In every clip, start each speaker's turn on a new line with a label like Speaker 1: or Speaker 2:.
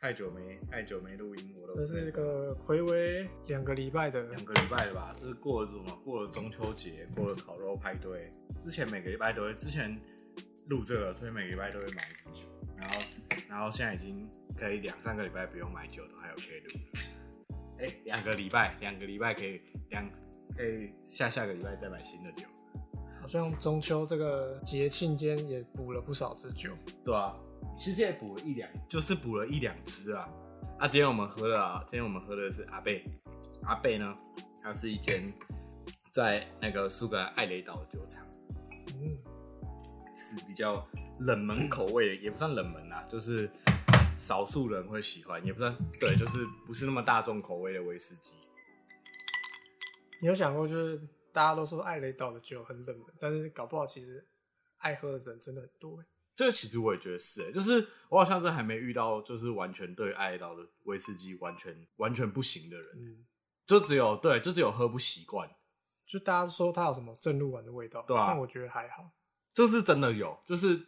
Speaker 1: 太久没太久没录音，我都
Speaker 2: 这是一个暌违两个礼拜的
Speaker 1: 两个礼拜了吧？这过了什么？过了中秋节，过了烤肉派对，之前每个礼拜都会，之前录这个，所以每个礼拜都会买一支酒，然后然后现在已经可以两三个礼拜不用买酒，都还有可以录。哎、两个礼拜，两个礼拜可以两可以下下个礼拜再买新的酒。
Speaker 2: 好像中秋这个节庆间也补了不少支酒，
Speaker 1: 对啊，其实也补了一两，就是补了一两支啊。啊，今天我们喝的啊，今天我们喝的是阿贝，阿贝呢，它是一间在那个苏格兰艾雷岛的酒厂，
Speaker 2: 嗯，
Speaker 1: 是比较冷门口味的，也不算冷门啦，就是少数人会喜欢，也不算对，就是不是那么大众口味的威士忌。
Speaker 2: 你有想过就是大家都说艾雷岛的酒很冷门，但是搞不好其实爱喝的人真的很多欸，
Speaker 1: 这其实我也觉得是、欸，就是我好像是还没遇到，就是完全对艾雷岛的威士忌完全完全不行的人，
Speaker 2: 嗯，
Speaker 1: 就只有对，就只有喝不习惯。
Speaker 2: 就大家说它有什么正露丸的味道，
Speaker 1: 对啊
Speaker 2: 但我觉得还好，
Speaker 1: 就是真的有，就是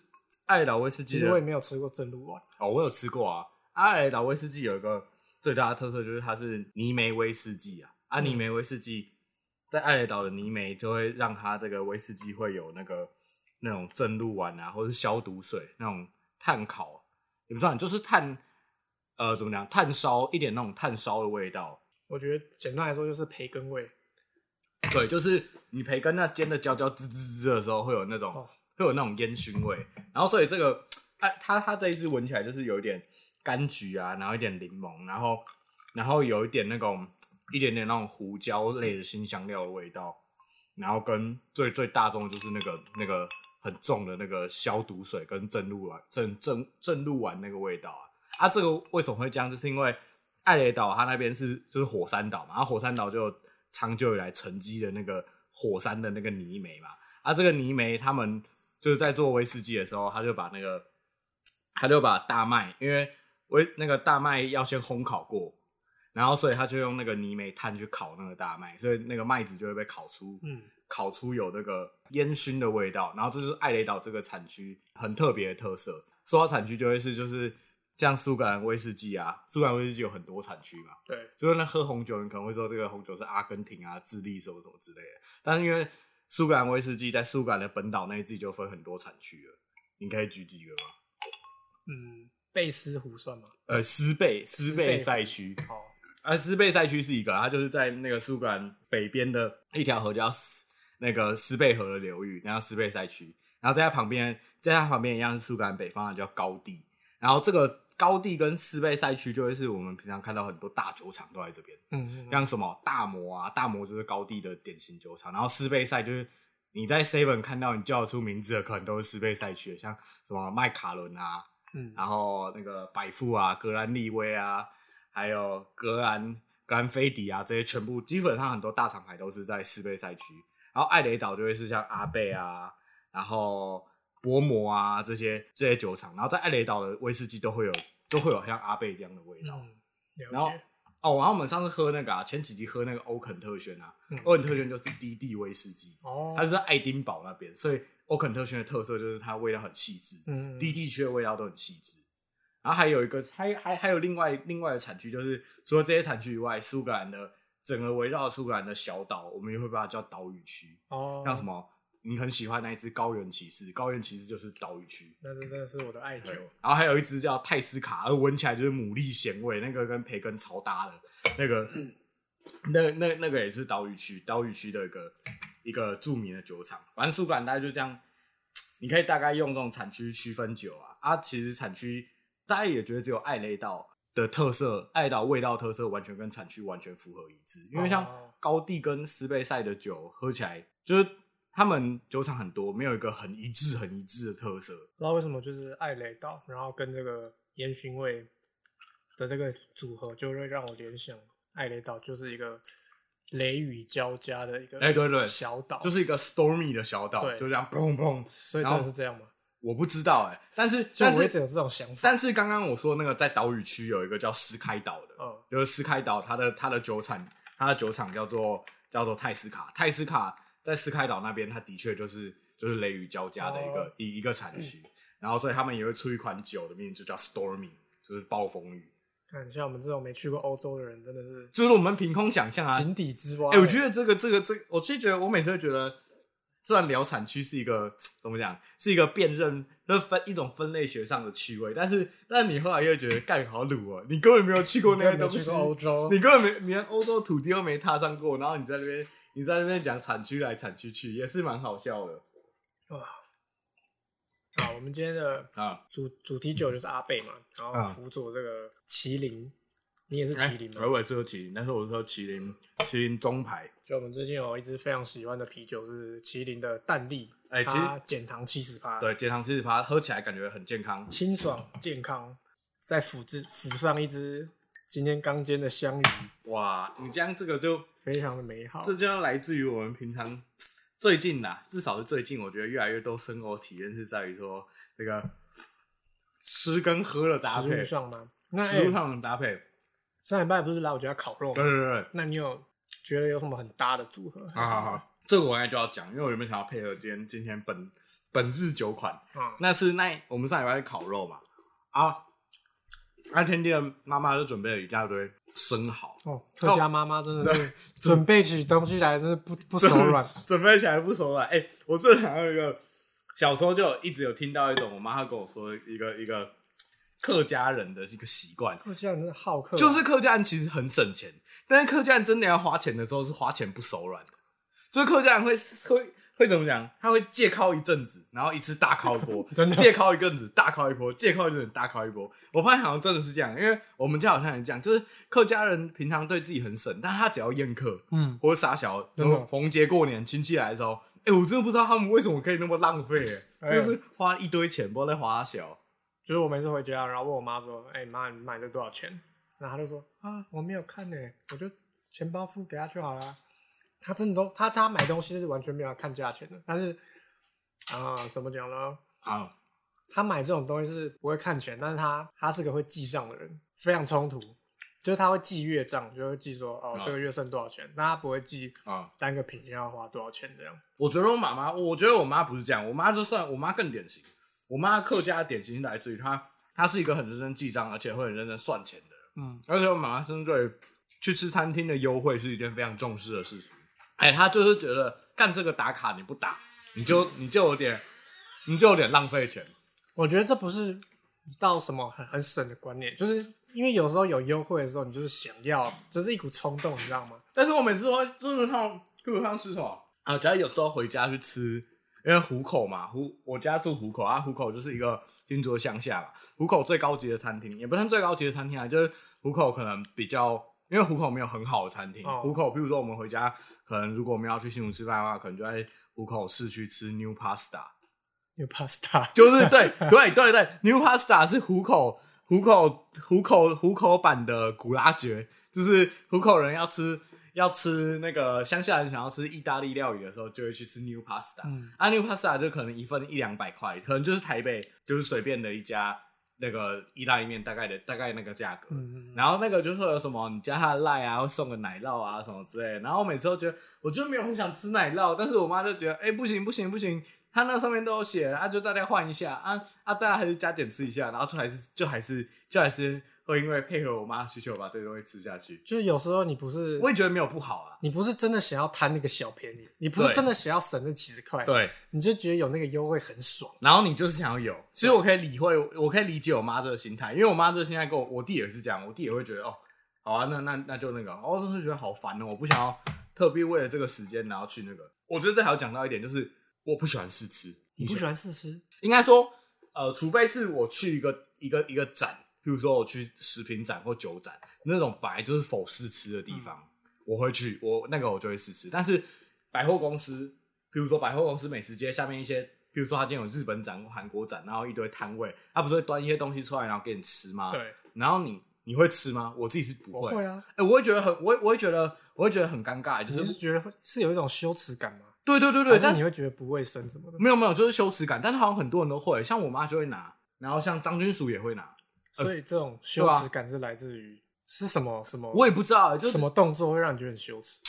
Speaker 1: 爱尔兰威士
Speaker 2: 其
Speaker 1: 忌
Speaker 2: 实
Speaker 1: 的
Speaker 2: 我也没有吃过正露丸，
Speaker 1: 哦，我有吃过啊。爱尔兰威士忌有一个最大的特色就是它是泥煤威士忌啊，啊，
Speaker 2: 嗯
Speaker 1: 泥煤威士忌在爱尔兰岛的泥煤就会让它这个威士忌会有那个那种蒸露丸啊，或是消毒水那种炭烤，也不算就是炭呃怎么讲炭烧一点那种炭烧的味道，
Speaker 2: 我觉得简单来说就是培根味，
Speaker 1: 对，就是你培根那煎的焦焦滋滋滋的时候，会有那种、
Speaker 2: 哦
Speaker 1: 会有那种烟熏味。然后所以这个，它它它这一支闻起来就是有一点柑橘啊，然后一点柠檬，然后然后有一点那种一点点那种胡椒类的新香料的味道，然后跟最最大众就是那个那个很重的那个消毒水跟正露丸正正正露丸那个味道啊。啊，这个为什么会这样？就是因为艾雷岛它那边是就是火山岛嘛，然后火山岛就有长久以来沉积的那个火山的那个泥煤嘛。啊，这个泥煤他们就是在做威士忌的时候，他就把那个他就把大麦，因为威那个大麦要先烘烤过，然后所以他就用那个泥煤炭去烤那个大麦，所以那个麦子就会被烤出
Speaker 2: 嗯，
Speaker 1: 烤出有那个烟熏的味道，然后这就是艾雷岛这个产区很特别的特色。说到产区，就会是就是像苏格兰威士忌啊，苏格兰威士忌有很多产区嘛，
Speaker 2: 对，
Speaker 1: 就是那喝红酒，你可能会说这个红酒是阿根廷啊、智利什么什么之类的，但是因为苏格兰威士忌在苏格兰的本岛内自己就分很多产区了，你可以举几个吗？
Speaker 2: 嗯，贝斯湖算吗？
Speaker 1: 呃，斯贝斯贝
Speaker 2: 斯贝
Speaker 1: 赛区，
Speaker 2: 哦，
Speaker 1: 而啊斯贝塞区是一个，啊它就是在那个苏格兰北边的一条河叫斯那个斯贝河的流域，然后斯贝塞区，然后在它旁边，在它旁边一样是苏格兰北方的叫高地，然后这个高地跟斯贝塞区就会是我们平常看到很多大酒厂都在这边，
Speaker 2: 嗯，嗯嗯
Speaker 1: 像什么大摩啊，大摩就是高地的典型酒厂，然后斯贝塞就是你在 Seven 看到你叫得出名字的，可能都是斯贝塞区的，像什么麦卡伦啊，
Speaker 2: 嗯，
Speaker 1: 然后那个百富啊、格兰利威啊，还有格兰格兰菲迪啊，这些全部基本上很多大厂牌都是在斯贝赛区。然后艾雷岛就会是像阿贝啊，然后薄膜啊这些这些酒厂，然后在艾雷岛的威士忌都会有都会有像阿贝这样的味道。
Speaker 2: 嗯，
Speaker 1: 然后
Speaker 2: 了解，
Speaker 1: 哦，然后我们上次喝那个啊，前几集喝那个欧肯特轩啊
Speaker 2: 嗯，
Speaker 1: 欧肯特轩就是低地威士忌，
Speaker 2: 哦，
Speaker 1: 它是在爱丁堡那边，所以欧肯特轩的特色就是它味道很细致，
Speaker 2: 嗯，
Speaker 1: 低地区的味道都很细致。然后还有一个，还还还有另外另外的产区，就是除了这些产区以外，苏格兰的整个围绕苏格兰的小岛，我们也会把它叫岛屿区。
Speaker 2: 哦，
Speaker 1: 像什么，你很喜欢那一只高原骑士，高原骑士就是岛屿区。
Speaker 2: 那这真的是我的爱酒
Speaker 1: 对。然后还有一只叫泰斯卡，而闻起来就是牡蛎咸味，那个跟培根超搭的，那个那那那个也是岛屿区岛屿区的一个一个著名的酒厂。反正苏格兰大概就这样，你可以大概用这种产区区分酒啊啊，其实产区大家也觉得只有艾雷岛的特色，艾雷岛味道特色完全跟产区完全符合一致，因为像
Speaker 2: 哦
Speaker 1: 高地跟斯贝塞的酒喝起来就是。他们酒厂很多，没有一个很一致、很一致的特色。
Speaker 2: 不知道为什么就是艾雷岛，然后跟这个烟熏味的这个组合，就会让我联想艾雷岛就是一个雷雨交加的一个
Speaker 1: 哎对对
Speaker 2: 小岛，
Speaker 1: 就是一个 stormy 的小岛，
Speaker 2: 对
Speaker 1: 就这样砰砰。
Speaker 2: 所以真的是这样吗？
Speaker 1: 我不知道哎、但是
Speaker 2: 就
Speaker 1: 但
Speaker 2: 我一直
Speaker 1: 是
Speaker 2: 有这种想法，
Speaker 1: 但是刚刚我说那个在岛屿区有一个叫斯开岛的，
Speaker 2: 嗯
Speaker 1: 就是斯开岛它的它的酒厂它的酒厂叫做叫做泰斯卡，泰斯卡在斯开岛那边，它的确就是就是雷雨交加的一个
Speaker 2: 哦
Speaker 1: 一、一个产区，然后所以他们也会出一款酒的名字就叫 stormy，就是暴风雨。
Speaker 2: 看，像我们这种没去过欧洲的人，真的是
Speaker 1: 就是我们凭空想象啊。
Speaker 2: 井底之蛙。欸
Speaker 1: 哎、我觉得这个这个这个我其实觉得我每次都觉得，虽然聊产区是一个怎么讲，是一个辨认就是分一种分类学上的趣味，但是但你后来又觉得干好鲁哦，你根本没有去过那些
Speaker 2: 根本
Speaker 1: 东
Speaker 2: 没去
Speaker 1: 西，
Speaker 2: 过欧洲，
Speaker 1: 你根本没你连欧洲土地都没踏上过，然后你在那边你在那边讲产区来产区去，也是蛮好笑的
Speaker 2: 哇！好，我们今天的
Speaker 1: 啊。
Speaker 2: 主主题酒就是阿贝嘛，然后
Speaker 1: 嗯
Speaker 2: 辅佐这个麒麟，你也是麒麟
Speaker 1: 哎
Speaker 2: 嘛？
Speaker 1: 我也是喝麒麟，但是我是喝麒麟麒麟中牌。
Speaker 2: 就我们最近有一支非常喜欢的啤酒是麒麟的淡丽，
Speaker 1: 哎其实
Speaker 2: 它减糖七十趴，
Speaker 1: 对，减糖七十趴，喝起来感觉很健康。
Speaker 2: 清爽健康，再辅之辅上一支今天刚煎的香鱼，
Speaker 1: 哇，你这样这个就
Speaker 2: 非常的美好。
Speaker 1: 这就要来自于我们平常最近呐、至少是最近，我觉得越来越多生活体验是在于说这个吃跟喝的搭
Speaker 2: 食
Speaker 1: 配，
Speaker 2: 物
Speaker 1: 食
Speaker 2: 上吗？那哎、
Speaker 1: 物上的搭配。
Speaker 2: 上礼拜不是来我家烤肉
Speaker 1: 对对
Speaker 2: 吗？
Speaker 1: 对，
Speaker 2: 那你有觉得有什么很搭的组合？
Speaker 1: 好好好，这个我刚才就要讲，因为我原本想要配合今天今天本本日酒款，
Speaker 2: 啊，
Speaker 1: 那是那我们上礼拜去烤肉嘛，啊，那天天的妈妈就准备了一大堆生蚝，
Speaker 2: 哦，特家妈妈真的是准备起东西来，真是不不手软。
Speaker 1: 准备起来不手软。哎、我最想要一个，小时候就有一直有听到一种，我妈她跟我说一个一个客家人的一个习惯，
Speaker 2: 客家人真的好客啊，
Speaker 1: 就是客家人其实很省钱，但是客家人真的要花钱的时候是花钱不手软的，就是客家人会会。会怎么讲？他会借靠一阵子，然后一次大靠一波，
Speaker 2: 真的
Speaker 1: 借靠一阵子大靠一波，借靠一阵子大靠一波。我发现好像真的是这样，因为我们家好像也这样，就是客家人平常对自己很省，但他只要宴客，
Speaker 2: 嗯，
Speaker 1: 或者傻小，
Speaker 2: 真
Speaker 1: 然
Speaker 2: 的
Speaker 1: 后逢节过年亲戚来的时候，哎、我真的不知道他们为什么可以那么浪费、
Speaker 2: 哎
Speaker 1: 哎，就是花一堆钱，不知道在花小。
Speaker 2: 就是我每次回家，然后问我妈说：“哎、妈，你买这多少钱？”然后她就说：“啊，我没有看呢、我就钱包付给她就好啦。”她真的都，她她买东西是完全没有看价钱的，但是啊、怎么讲呢？
Speaker 1: 啊，
Speaker 2: 他买这种东西是不会看钱，但是他他是个会记账的人，非常冲突。就是他会记月账，就会记说哦
Speaker 1: 啊
Speaker 2: 这个月剩多少钱，但他不会记
Speaker 1: 啊
Speaker 2: 单个品相要花多少钱这样。
Speaker 1: 我觉得我妈妈，我觉得我妈不是这样，我妈就算我妈更典型，我妈客家的典型是来自于她，她是一个很认真记账，而且会很认真算钱的人。
Speaker 2: 嗯，
Speaker 1: 而且我妈妈针对去吃餐厅的优惠是一件非常重视的事情。哎、她就是觉得干这个打卡你不打，你就你就有点，你就有点浪费钱。
Speaker 2: 我觉得这不是到什么很很省的观念，就是因为有时候有优惠的时候，你就是想要，这是一股冲动，你知道吗？
Speaker 1: 但是我每次都会就是上就是上吃什么啊？只要有时候回家去吃，因为虎口嘛，虎我家住虎口啊，虎口就是一个新竹的乡下嘛，虎口最高级的餐厅也不算最高级的餐厅啊，就是虎口可能比较。因为虎口没有很好的餐厅，
Speaker 2: 哦
Speaker 1: 虎口，比如说我们回家，可能如果我们要去新竹吃饭的话，可能就在虎口市区吃 New Pasta，
Speaker 2: 有 pasta，
Speaker 1: 就是对对对对，New Pasta 是虎口虎口虎口虎口版的古拉爵，就是虎口人要吃要吃那个乡下人想要吃意大利料理的时候，就会去吃 New Pasta。
Speaker 2: 嗯
Speaker 1: 啊，New Pasta 就可能一份一两百块，可能就是台北就是随便的一家那个意大利面大概的大概那个价格。
Speaker 2: 嗯，嗯
Speaker 1: 然后那个就会有什么，你加他的赖啊，会送个奶酪啊什么之类的。然后我每次都觉得，我就没有很想吃奶酪，但是我妈就觉得，哎、不行不行不行，他那上面都有写，啊，就大家换一下啊啊，大家还是加点吃一下，然后就还是就还是就还是会因为配合我妈的需求把这个东西吃下去。
Speaker 2: 就是有时候你不是
Speaker 1: 我也觉得没有不好啊，
Speaker 2: 你不是真的想要贪那个小便宜，你不是
Speaker 1: 对
Speaker 2: 真的想要省那几十块，
Speaker 1: 对。
Speaker 2: 你就觉得有那个优惠很爽。
Speaker 1: 然后你就是想要有，其实我可以理会，我可以理解我妈这个心态，因为我妈这个心态跟我我弟也是这样，我弟也会觉得哦，好啊，那那那就那个，哦，真是觉得好烦哦，我不想要特别为了这个时间然后去那个。我觉得这还要讲到一点，就是我不喜欢试吃，
Speaker 2: 你不喜
Speaker 1: 欢？
Speaker 2: 欢试吃？
Speaker 1: 应该说，呃，除非是我去一个一个一个展，譬如说我去食品展或酒展那种本来就是否试吃的地
Speaker 2: 嗯
Speaker 1: 方，我会去，我那个我就会试吃。但是百货公司，譬如说百货公司美食街下面一些，譬如说它今天有日本展、韩国展，然后一堆摊位，它不是会端一些东西出来然后给你吃吗？，
Speaker 2: 对，
Speaker 1: 然后你你会吃吗？我自己是不
Speaker 2: 我
Speaker 1: 啊会，
Speaker 2: 会啊。
Speaker 1: 哎、我会觉得很，我会我会觉得我会觉得很尴尬，就
Speaker 2: 你
Speaker 1: 是
Speaker 2: 是觉得会是有一种羞耻感吗？
Speaker 1: 对对对
Speaker 2: 还
Speaker 1: 对，但是
Speaker 2: 是
Speaker 1: 嗯
Speaker 2: 你会觉得不卫生什么的？
Speaker 1: 没有没有，就是羞耻感，但是好像很多人都会，像我妈就会拿，然后像张君淑也会拿，
Speaker 2: 所以这种羞耻感是来自于是什么什么？
Speaker 1: 啊我也不知道，就是
Speaker 2: 什么动作会让你觉得很羞耻？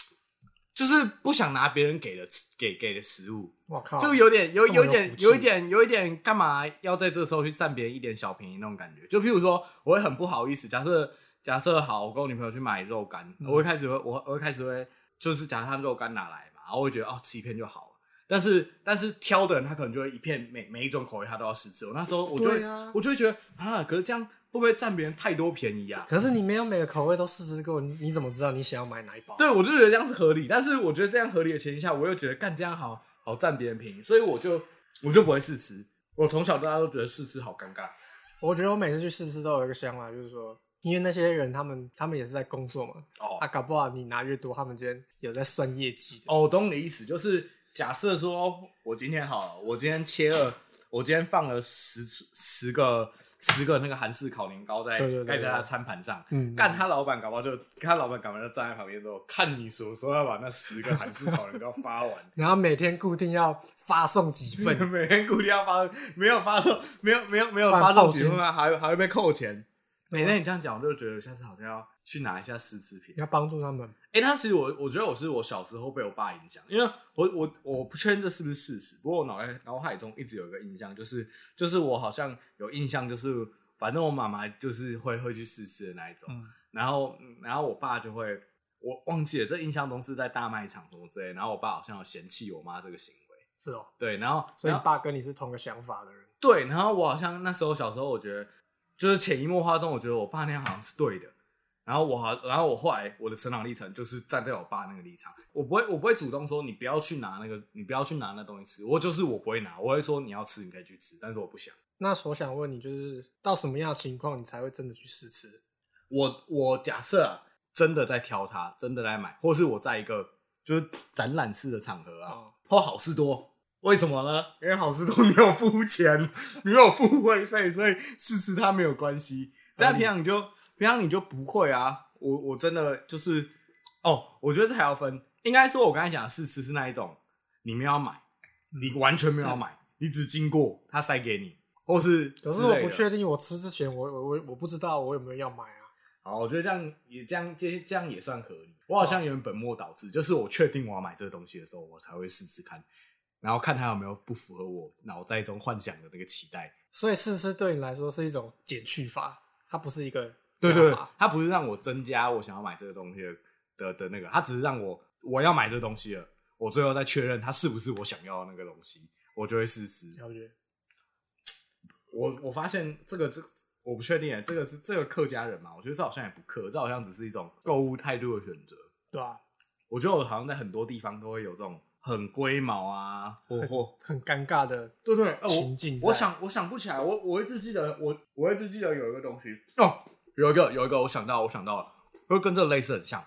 Speaker 1: 就是不想拿别人给的吃给给的食物，
Speaker 2: 我靠，
Speaker 1: 就有点有
Speaker 2: 这么
Speaker 1: 有
Speaker 2: 有
Speaker 1: 点
Speaker 2: 骨气
Speaker 1: 有一点有一点干嘛要在这时候去占别人一点小便宜那种感觉。就譬如说，我会很不好意思，假设假设好，我跟我女朋友去买肉干，
Speaker 2: 嗯
Speaker 1: 我会开始会我我会开始会就是假设她肉干拿来嘛，然后我会觉得哦吃一片就好了。但是但是挑的人他可能就会一片每每一种口味他都要试吃。我那时候我就会、
Speaker 2: 对啊
Speaker 1: 我就会觉得啊，可是这样会不会占别人太多便宜啊？
Speaker 2: 可是你没有每个口味都试吃过，你你怎么知道你想要买哪一包？
Speaker 1: 对，我就觉得这样是合理，但是我觉得这样合理的前提下，我又觉得干这样好好占别人便宜，所以我就我就不会试吃。我从小到大都觉得试吃好尴尬。
Speaker 2: 我觉得我每次去试吃都有一个想法，就是说，因为那些人他们他们也是在工作嘛，
Speaker 1: 哦
Speaker 2: 啊，搞不好你拿越多，他们今天有在算业绩的。
Speaker 1: 哦，我懂你的意思，就是假设说哦我今天好了，我今天切了，我今天放了十十个十个那个韩式烤年糕在
Speaker 2: 对对对
Speaker 1: 盖在
Speaker 2: 对
Speaker 1: 他的餐盘上，
Speaker 2: 嗯
Speaker 1: 干他老板搞不好就他老板搞不好就站在旁边说，看你什么时候要把那十个韩式烤年糕发完。
Speaker 2: 然后每天固定要发送几 份，
Speaker 1: 每天固定要发，没有发送，没有没有没有
Speaker 2: 换
Speaker 1: 发送
Speaker 2: 扣
Speaker 1: 结
Speaker 2: 钱
Speaker 1: 婚啊，还会还会被扣钱。每哎天你这样讲，我就觉得下次好像要去拿一下试吃品。
Speaker 2: 要帮助他们。
Speaker 1: 哎、欸，但其实我我觉得我是我小时候被我爸影响，因为我我我不确定这是不是事实，不过我脑袋脑海中一直有一个印象，就是就是我好像有印象，就是反正我妈妈就是会会去试吃的那一种，
Speaker 2: 嗯
Speaker 1: 然后嗯然后我爸就会，我忘记了这印象中是在大卖场什么之类，然后我爸好像有嫌弃我妈这个行为，
Speaker 2: 是哦，
Speaker 1: 对，然后
Speaker 2: 所以
Speaker 1: 然
Speaker 2: 你
Speaker 1: 后
Speaker 2: 爸跟你是同个想法的人。
Speaker 1: 对，然后我好像那时候小时候，我觉得就是潜移默化中，我觉得我爸那样好像是对的。然后我好，然后我后来我的成长历程就是站在我爸那个立场，我不会，我不会主动说你不要去拿那个，你不要去拿那东西吃。我就是我不会拿，我会说你要吃你可以去吃，但是我不想。
Speaker 2: 那所想问你，就是到什么样的情况你才会真的去试吃？
Speaker 1: 我我假设啊，真的在挑它，真的在买，或是我在一个就是展览式的场合啊，
Speaker 2: 哦
Speaker 1: 或好事多。为什么呢？因为好事多你有付钱，你有付会费，所以试吃它没有关系。但平常你就、平常你就不会啊。我我真的就是哦，我觉得这还要分。应该说，我刚才讲的试吃是那一种，你没有要买，你完全没有要买，你只经过他塞给你，或是
Speaker 2: 可是
Speaker 1: 之
Speaker 2: 我
Speaker 1: 类
Speaker 2: 不
Speaker 1: 的
Speaker 2: 确定，我吃之前我我我我不知道我有没有要买啊。
Speaker 1: 好，我觉得这样也这样这这样也算合理。我好
Speaker 2: 哦
Speaker 1: 像有点本末倒置，就是我确定我要买这个东西的时候，我才会试试看，然后看它有没有不符合我脑袋中幻想的那个期待。
Speaker 2: 所以试吃对你来说是一种减去法，它不是一个
Speaker 1: 对对
Speaker 2: 加
Speaker 1: 对
Speaker 2: 法，
Speaker 1: 它不是让我增加我想要买这个东西的的的那个，它只是让我我要买这个东西了，我最后再确认它是不是我想要的那个东西，我就会试吃。
Speaker 2: 了解。
Speaker 1: 我我发现这个这我不确定欸耶，这个是这个客家人嘛？我觉得这好像也不客，这好像只是一种购物态度的选择。
Speaker 2: 对啊，
Speaker 1: 我觉得我好像在很多地方都会有这种很龟毛啊，或或
Speaker 2: 很尴尬的
Speaker 1: 对对，呃
Speaker 2: 情境在
Speaker 1: 我我想我想不起来，我我一直记得我我一直记得有一个东西哦，有一个有一个我想到我想到了，会跟这个类似很像，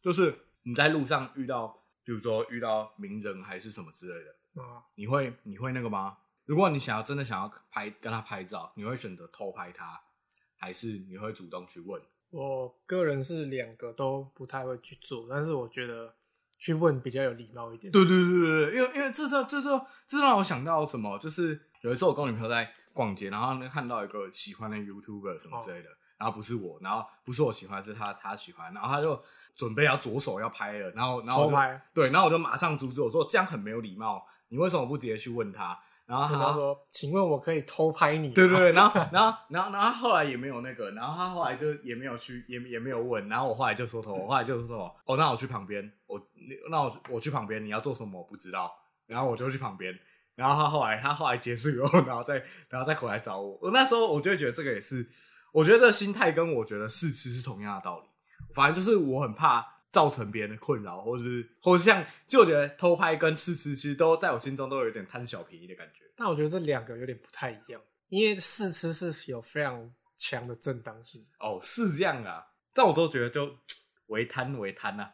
Speaker 1: 就是你在路上遇到，比如说遇到名人还是什么之类的，
Speaker 2: 啊，
Speaker 1: 你会你会那个吗？如果你想要真的想要拍跟他拍照，你会选择偷拍他，还是你会主动去问？
Speaker 2: 我个人是两个都不太会去做，但是我觉得去问比较有礼貌一点。
Speaker 1: 对对对对对，因为因为这这这这这让我想到什么，就是有一次我跟我女朋友在逛街，然后呢看到一个喜欢的 YouTuber 什
Speaker 2: 哦
Speaker 1: 么之类的，然后不是我，然后不是我喜欢，是他他喜欢，然后他就准备要左手要拍了，然后然后我就
Speaker 2: 偷拍，
Speaker 1: 对，然后我就马上阻止我说这样很没有礼貌，你为什么不直接去问他？然后
Speaker 2: 问他
Speaker 1: 他
Speaker 2: 说：“请问我可以偷拍你吗？”啊
Speaker 1: 对对对，然后然后然后然后他后来也没有那个，然后他后来就也没有去，也也没有问，然后我后来就说什么，我后来就说什么，哦，那我去旁边，我你那我我去旁边，你要做什么我不知道，然后我就去旁边，然后他后来他后来结束以后，然后再然后再回来找我，我那时候我就会觉得这个也是，我觉得这个心态跟我觉得试吃是同样的道理，反正就是我很怕。造成别人的困扰，或是或是像，就我觉得偷拍跟试吃，其实都在我心中都有一点贪小便宜的感觉。
Speaker 2: 但我觉得这两个有点不太一样，因为试吃是有非常强的正当性。
Speaker 1: 哦，是这样啊，但我都觉得就为贪为贪啊。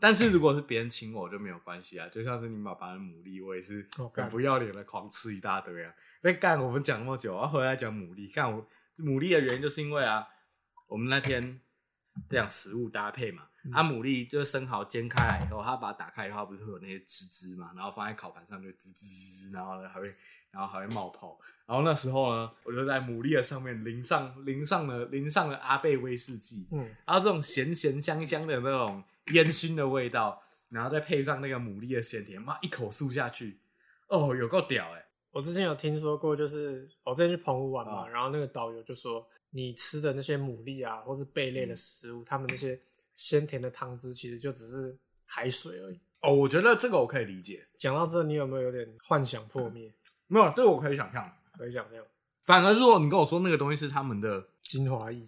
Speaker 1: 但是如果是别人请我就没有关系啊，就像是你爸爸的牡蛎，我也是
Speaker 2: 哦干
Speaker 1: 很不要脸的狂吃一大堆啊。那干我们讲那么久，然后回来讲牡蛎，干我牡蛎的原因就是因为啊，我们那天这样食物搭配嘛，
Speaker 2: 嗯
Speaker 1: 啊牡蛎就是生蚝煎开来以后，它把它打开以后，它不是会有那些汁汁嘛，然后放在烤盘上就滋滋滋滋，然后呢还会然后还会冒泡，然后那时候呢，我就在牡蛎的上面淋上淋上了淋上了阿贝威士忌，
Speaker 2: 嗯，
Speaker 1: 然后这种咸咸香香的那种烟熏的味道，然后再配上那个牡蛎的咸甜，妈一口漱下去，哦，有够屌哎、
Speaker 2: 我之前有听说过，就是我之前去澎湖玩嘛，
Speaker 1: 嗯
Speaker 2: 然后那个导游就说，你吃的那些牡蛎啊，或是贝类的食物，他们那些鲜甜的汤汁，其实就只是海水而已。
Speaker 1: 哦，我觉得这个我可以理解，
Speaker 2: 讲到这，你有没有有点幻想破灭？
Speaker 1: 没有，这个我可以想象。
Speaker 2: 可以想象，
Speaker 1: 反而如果你跟我说那个东西是他们的，
Speaker 2: 精华液，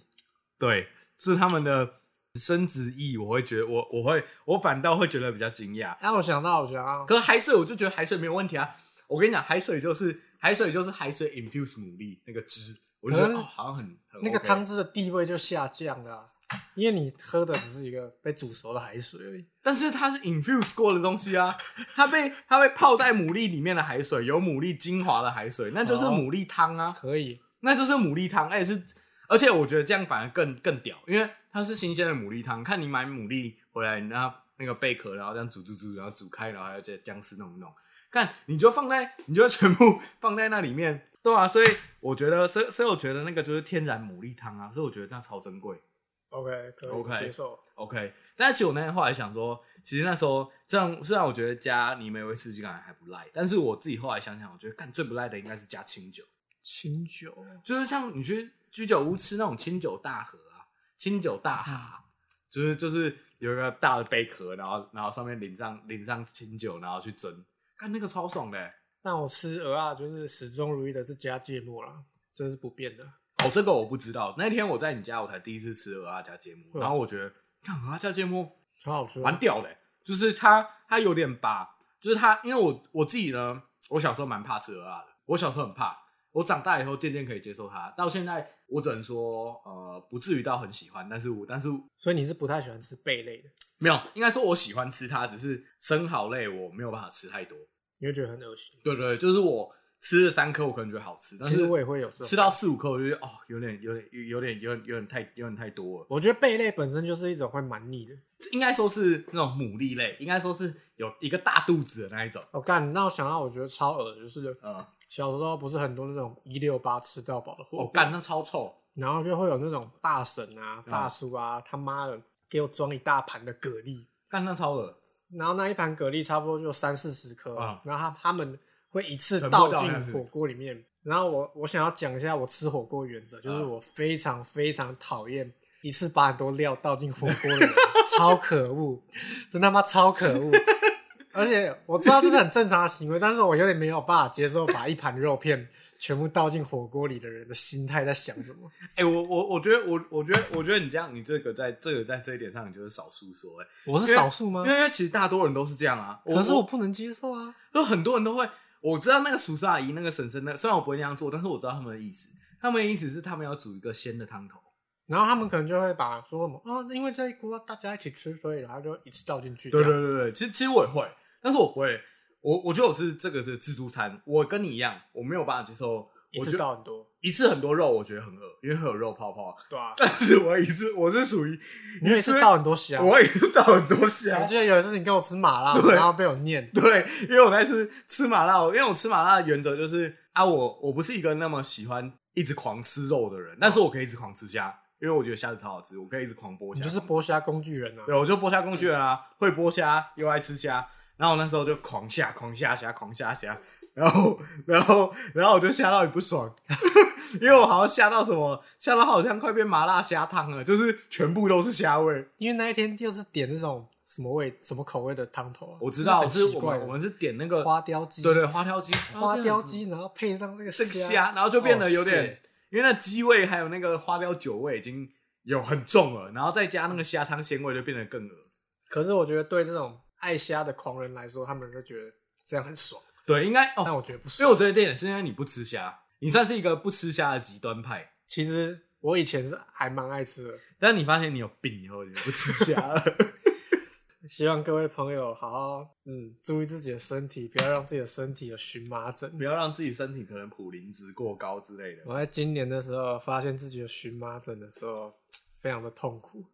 Speaker 1: 对，是他们的生殖意，我会觉得我我会我反倒会觉得比较惊讶。
Speaker 2: 啊让、我想到，我想到，
Speaker 1: 可是海水我就觉得海水没有问题啊。我跟你讲，海水就是海水就是海水 infuse 牡蛎那个汁，我就觉得、
Speaker 2: 嗯
Speaker 1: 哦，好像很很、
Speaker 2: 那个汤，汁的地位就下降了啊、因为你喝的只是一个被煮熟的海水而已。
Speaker 1: 但是它是 infuse 过的东西啊，它被它被泡在牡蛎里面的海水，有牡蛎精华的海水，那就是
Speaker 2: 哦
Speaker 1: 牡蛎汤啊，
Speaker 2: 可以，
Speaker 1: 那就是牡蛎汤，而且是而且我觉得这样反而更更屌，因为它是新鲜的牡蛎汤，看你买牡蛎回来，然后那个贝壳，然后这样煮煮煮，然后煮开，然后还要再姜丝弄一弄，看你就放在你就全部 放在那里面，对吧、所以我觉得，所以所以我觉得那个就是天然牡蛎汤啊，所以我觉得那超珍贵。
Speaker 2: OK，可以
Speaker 1: OK
Speaker 2: 接受。
Speaker 1: OK，但其实我那天后来想说，其实那时候这样，虽然我觉得加泥煤威士忌感还不赖，但是我自己后来想想，我觉得干最不赖的应该是加清酒。
Speaker 2: 清酒，
Speaker 1: 就是像你去居酒屋吃那种清酒大盒啊，清酒大蛤，就是就是有一个大的贝壳，然后然后上面淋上淋上清酒，然后去蒸，看那个超爽的欸、
Speaker 2: 但我吃鹅啊，就是始终如一的是加芥末啦，这是不变的。
Speaker 1: 哦，这个我不知道。那天我在你家，我才第一次吃鹅啊加芥末，
Speaker 2: 嗯
Speaker 1: 然后我觉得，看鹅啊加芥末
Speaker 2: 很好吃啊，
Speaker 1: 蛮屌的欸、就是它它有点把，就是它，因为我我自己呢，我小时候蛮怕吃鹅啊的，我小时候很怕，我长大以后渐渐可以接受它，到现在我只能说，呃，不至于到很喜欢，但是我但是
Speaker 2: 所以你是不太喜欢吃贝类的，
Speaker 1: 没有，应该说我喜欢吃它，只是生蚝类我没有办法吃太多。
Speaker 2: 你会觉得很恶心。
Speaker 1: 对对，对就是我吃了三颗，我可能觉得好吃，但
Speaker 2: 其
Speaker 1: 是
Speaker 2: 实我也会有这种
Speaker 1: 吃到，四五颗，我就觉得哦，有点有点有点有点有点太有点太多了。
Speaker 2: 我觉得贝类本身就是一种会蛮腻的。
Speaker 1: 应该说是那种牡蛎类，应该说是有一个大肚子的那一种。
Speaker 2: 我、哦干，那我想到我觉得超恶的，就是
Speaker 1: 呃，
Speaker 2: 小时候不是很多那种一六八吃到饱的货，
Speaker 1: 我、哦干，那超臭。
Speaker 2: 然后就会有那种大婶啊、大叔啊，他妈的给我装一大盘的蛤蜊，
Speaker 1: 干那超恶，
Speaker 2: 然后那一盘蛤蜊差不多就三四十颗，
Speaker 1: 啊
Speaker 2: 然后他他们会一次
Speaker 1: 全部
Speaker 2: 倒
Speaker 1: 倒
Speaker 2: 进
Speaker 1: 下去
Speaker 2: 火锅里面。然后我我想要讲一下我吃火锅原则，就是
Speaker 1: 啊
Speaker 2: 我非常非常讨厌一次把很多料倒进火锅里面，超可恶，真他妈超可恶。而且我知道这是很正常的行为，但是我有点没有办法接受把一盘肉片全部倒进火锅里的人的心态在想什么。
Speaker 1: 哎、我我我觉得我我觉得我觉得你这样，你这个在这个在这一点上，你就是少数说、欸，
Speaker 2: 我是少数吗
Speaker 1: 因？为因为其实大多人都是这样啊。
Speaker 2: 可是我不能接受啊！
Speaker 1: 有很多人都会，我知道那个叔叔阿姨、那个婶婶，那虽然我不会那样做，但是我知道他们的意思。他们的意思是他们要煮一个鲜的汤头。
Speaker 2: 然后他们可能就会把说什么啊、因为这一锅大家一起吃，所以然后就一次倒进去。
Speaker 1: 对对
Speaker 2: 这样，
Speaker 1: 对对，其实其实我也会，但是我不会，我我觉得我是这个是自助餐，我跟你一样，我没有办法接受。
Speaker 2: 一
Speaker 1: 我
Speaker 2: 次
Speaker 1: 觉得
Speaker 2: 倒很多，
Speaker 1: 一次很多肉，我觉得很恶，因为会有肉泡泡。
Speaker 2: 对啊，
Speaker 1: 但是我一次我是属于
Speaker 2: 你每次倒很多虾。
Speaker 1: 我也是倒很多
Speaker 2: 我
Speaker 1: 虾。
Speaker 2: 记得有一次你跟我吃麻辣，
Speaker 1: 对
Speaker 2: 然后被我 念，
Speaker 1: 对，因为我那次吃麻辣，我因为我吃麻辣的原则就是啊，我我不是一个那么喜欢一直狂吃肉的人，
Speaker 2: 哦
Speaker 1: 但是我可以一直狂吃虾，因为我觉得虾子超好吃，我可以一直狂剥虾。
Speaker 2: 你就是剥虾工具人啊！
Speaker 1: 对，我就剥虾工具人啊，会剥虾又爱吃虾，然后我那时候就狂下狂下虾狂下虾，然后然后然后我就吓到你不爽， 因为我好像吓到什么，吓到好像快变麻辣虾汤了，就是全部都是虾味。
Speaker 2: 因为那一天就是点那种什么味、什么口味的汤头啊，
Speaker 1: 我知道，
Speaker 2: 就是很奇
Speaker 1: 我
Speaker 2: 怪
Speaker 1: 们
Speaker 2: 的
Speaker 1: 我们是点那个
Speaker 2: 花雕鸡，
Speaker 1: 对对，花雕鸡，
Speaker 2: 花雕
Speaker 1: 哦
Speaker 2: 鸡，然后配上这个
Speaker 1: 这个虾，然后就变得有点，因为那鸡味还有那个花雕酒味已经有很重了，然后再加那个虾汤鲜味，就变得更恶。
Speaker 2: 可是我觉得对这种爱虾的狂人来说，他们就觉得这样很爽，
Speaker 1: 对，应该
Speaker 2: 但
Speaker 1: 哦，
Speaker 2: 我觉得不
Speaker 1: 因
Speaker 2: 爽。
Speaker 1: 为我觉得这点是因为你不吃虾，你算是一个不吃虾的极端派，
Speaker 2: 其实我以前是还蛮爱吃的，
Speaker 1: 但你发现你有病以后，你就不吃虾了。
Speaker 2: 希望各位朋友好好嗯注意自己的身体，不要让自己的身体有荨麻疹。
Speaker 1: 不要让自己身体可能普林值过高之类的，
Speaker 2: 我在今年的时候发现自己有荨麻疹的时候，非常的痛苦。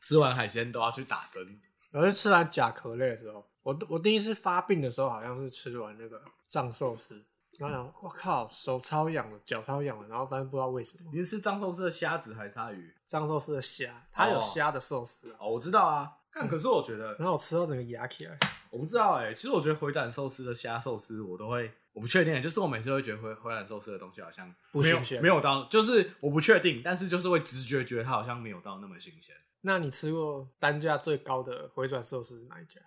Speaker 1: 吃完海鲜都要去打针。
Speaker 2: 我是吃完甲壳类的时候，我我第一次发病的时候好像是吃完那个藏寿司，然后想我靠，手超痒了，脚超痒了，然后但是不知道为什么
Speaker 1: 你是吃藏寿司的虾子还是鲨鱼？
Speaker 2: 藏寿司的虾，它有虾的寿司啊，
Speaker 1: 哦，我知道啊。但可是我觉得
Speaker 2: 然后我吃到整个牙起来，
Speaker 1: 欸我不知道哎、其实我觉得回转寿司的虾寿司我都会我不确定，就是我每次都会觉得回回转寿司的东西好像
Speaker 2: 不
Speaker 1: 没有
Speaker 2: 新鲜
Speaker 1: 没有到，就是我不确定，但是就是会直觉觉得它好像没有到那么新鲜。
Speaker 2: 那你吃过单价最高的回转寿司是哪一家？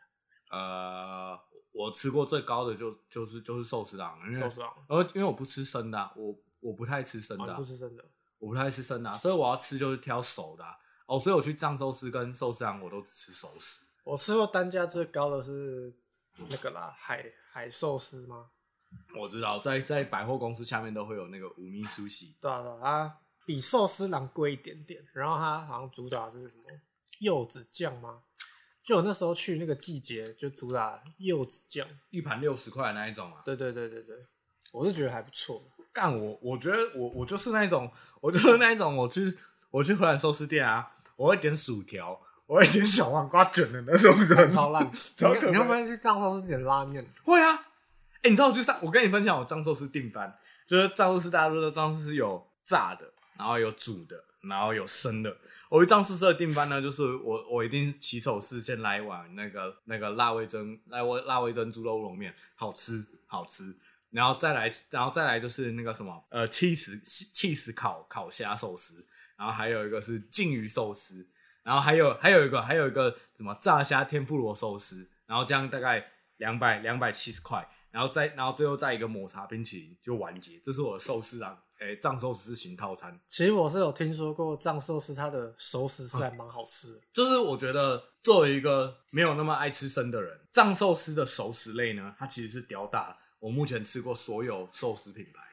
Speaker 1: 呃，我吃过最高的就就是就是寿司郎，因为
Speaker 2: 寿司郎，
Speaker 1: 呃因为我不吃生的啊、我我不太吃生的
Speaker 2: 哦，
Speaker 1: 啊、
Speaker 2: 你不吃真的。
Speaker 1: 我不太吃生的啊、所以我要吃就是挑熟的啊、哦，所以我去藏寿司跟寿司郎我都只吃熟食。
Speaker 2: 我吃过单价最高的是那个啦，海海寿司吗？
Speaker 1: 我知道，在在百货公司下面都会有那个五米苏喜，
Speaker 2: 对啊，对啊，它比寿司郎贵一点点。然后它好像主打是什么柚子酱吗？就我那时候去那个季节，就主打柚子酱。
Speaker 1: 一盘六十块的那一种啊。
Speaker 2: 对对对对对，我是觉得还不错。
Speaker 1: 干我，我觉得我我就是那一种，我就是那一种，我去我去荷兰寿司店啊，我会点薯条，我会点小黄瓜卷的那种人。
Speaker 2: 超烂，
Speaker 1: 超
Speaker 2: 你
Speaker 1: 可
Speaker 2: 你会不
Speaker 1: 悲。
Speaker 2: 会去藏寿司点拉面？
Speaker 1: 会啊，哎、你知道我去上，我跟你分享我藏寿司订单，就是藏寿司大家都知道藏寿司有炸的，然后有煮的，然后有生的。我去藏寿司的订单呢，就是我我一定起手是先来一碗那个那个辣味珍辣味辣味珍猪肉乌龙面，好吃好吃。然后再来，然后再来就是那个什么，呃，气死气死烤烤虾寿司，然后还有一个是鲭鱼寿司，然后还有还有一个还有一个什么炸虾天妇罗寿司，然后这样大概两百两百七十块，然后再然后最后再一个抹茶冰淇淋就完结，这是我的寿司郎诶藏寿司型套餐，
Speaker 2: 其实我是有听说过藏寿司，它的熟食是还蛮好吃的。
Speaker 1: 就是我觉得作为一个没有那么爱吃生的人，藏寿司的熟食类呢，它其实是吊打我目前吃过所有寿司品牌。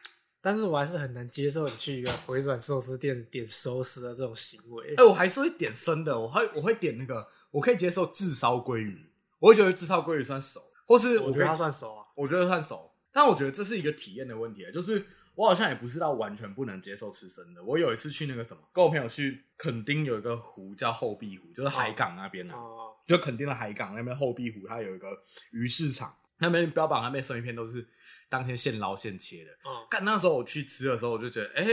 Speaker 2: 但是我还是很难接受你去一个回转寿司店点熟食的这种行为
Speaker 1: 哎、。我还是会点生的，我会我会点那个，我可以接受炙烧鲑鱼，我会觉得炙烧鲑鱼算熟，或是
Speaker 2: 我
Speaker 1: 我可
Speaker 2: 觉得
Speaker 1: 以
Speaker 2: 它算熟啊，
Speaker 1: 我觉得算熟，但我觉得这是一个体验的问题，啊就是我好像也不是到完全不能接受吃生的。我有一次去那个什么，跟我朋友去垦丁有一个湖叫后壁湖，就是海港那边啊，
Speaker 2: 哦，
Speaker 1: 就垦丁的海港那边后壁湖，它有一个鱼市场，那边标榜那边生鱼片都是当天现捞现切的。
Speaker 2: 嗯，
Speaker 1: 干那时候我去吃的时候，我就觉得，哎、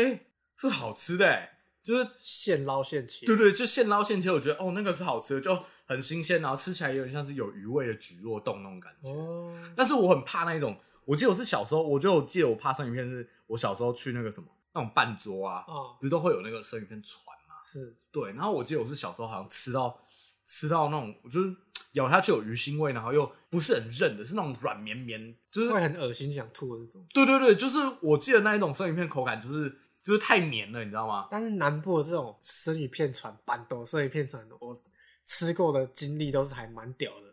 Speaker 1: 是好吃的、欸，就是
Speaker 2: 现捞现切。
Speaker 1: 对对，就现捞现切，我觉得哦那个是好吃的，就很新鲜，然后吃起来有点像是有鱼味的菊若冻那种感觉。
Speaker 2: 哦，
Speaker 1: 但是我很怕那一种，我记得我是小时候，我就我记得我怕生鱼片是，我小时候去那个什么那种半桌啊，
Speaker 2: 哦，
Speaker 1: 不是都会有那个生鱼片船嘛？
Speaker 2: 是
Speaker 1: 对，然后我记得我是小时候好像吃到吃到那种，就是咬下去有鱼腥味，然后又不是很韧的，是那种软绵绵，就是
Speaker 2: 会很恶心想吐的那种。
Speaker 1: 对对对，就是我记得那一种生鱼片口感就是就是太绵了，你知道吗？
Speaker 2: 但是南部的这种生鱼片船、板豆生鱼片船，我吃过的经历都是还蛮屌的，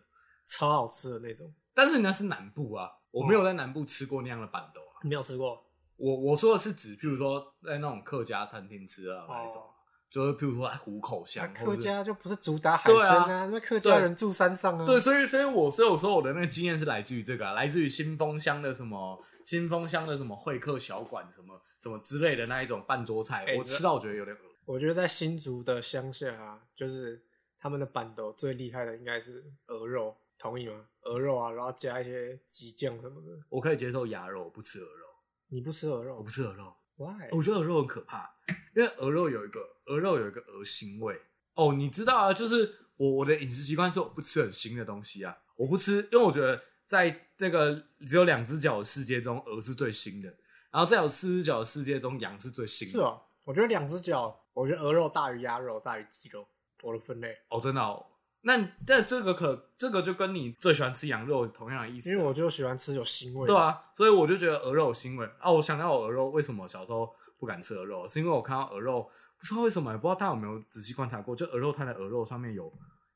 Speaker 2: 超好吃的那种。
Speaker 1: 但是那是南部啊，我没有在南部吃过那样的板豆啊。
Speaker 2: 你没有吃过？
Speaker 1: 我我说的是指，譬如说在那种客家餐厅吃的那一种，
Speaker 2: 哦
Speaker 1: 就是譬如说在虎口
Speaker 2: 那
Speaker 1: 巷，或
Speaker 2: 客
Speaker 1: 者是
Speaker 2: 家就不是主打海鲜
Speaker 1: 对
Speaker 2: 啊，那客家人住山上啊。
Speaker 1: 对，所以所以我所以我说我的那个经验是来自于这个啊、来自于新丰乡的什么新丰乡的什么会客小馆什么什么之类的那一种半桌菜，
Speaker 2: 哎
Speaker 1: 我吃到我觉得有点恶
Speaker 2: 我觉得在新竹的乡下啊，就是他们的板豆最厉害的应该是鹅肉，同意吗？鹅肉啊，然后加一些鸡酱什么的。
Speaker 1: 我可以接受鸭肉，我不吃鹅肉，
Speaker 2: 你不吃鹅
Speaker 1: 我
Speaker 2: 肉
Speaker 1: 不吃鹅肉，
Speaker 2: ？Why？
Speaker 1: 我觉得鹅肉很可怕，因为鹅肉有一个鹅肉有一个鹅腥味。哦，你知道啊，就是我我的饮食习惯是我不吃很腥的东西啊，我不吃，因为我觉得在这个只有两只脚的世界中，鹅是最腥的，然后在有四只脚的世界中，羊是最腥
Speaker 2: 是
Speaker 1: 的。
Speaker 2: 哦，我觉得两只脚，我觉得鹅肉大于鸭肉大于鸡肉，我的分类，
Speaker 1: 哦，真的哦。那但这个可这个就跟你最喜欢吃羊肉同样的意思啊、
Speaker 2: 因为我就喜欢吃有腥味的。
Speaker 1: 对啊，所以我就觉得鹅肉有腥味啊。我想到我鹅肉为什么小时候不敢吃鹅肉，是因为我看到鹅肉，不知道为什么，欸也不知道大家有没有仔细观察过，就鹅肉摊的鹅肉上面有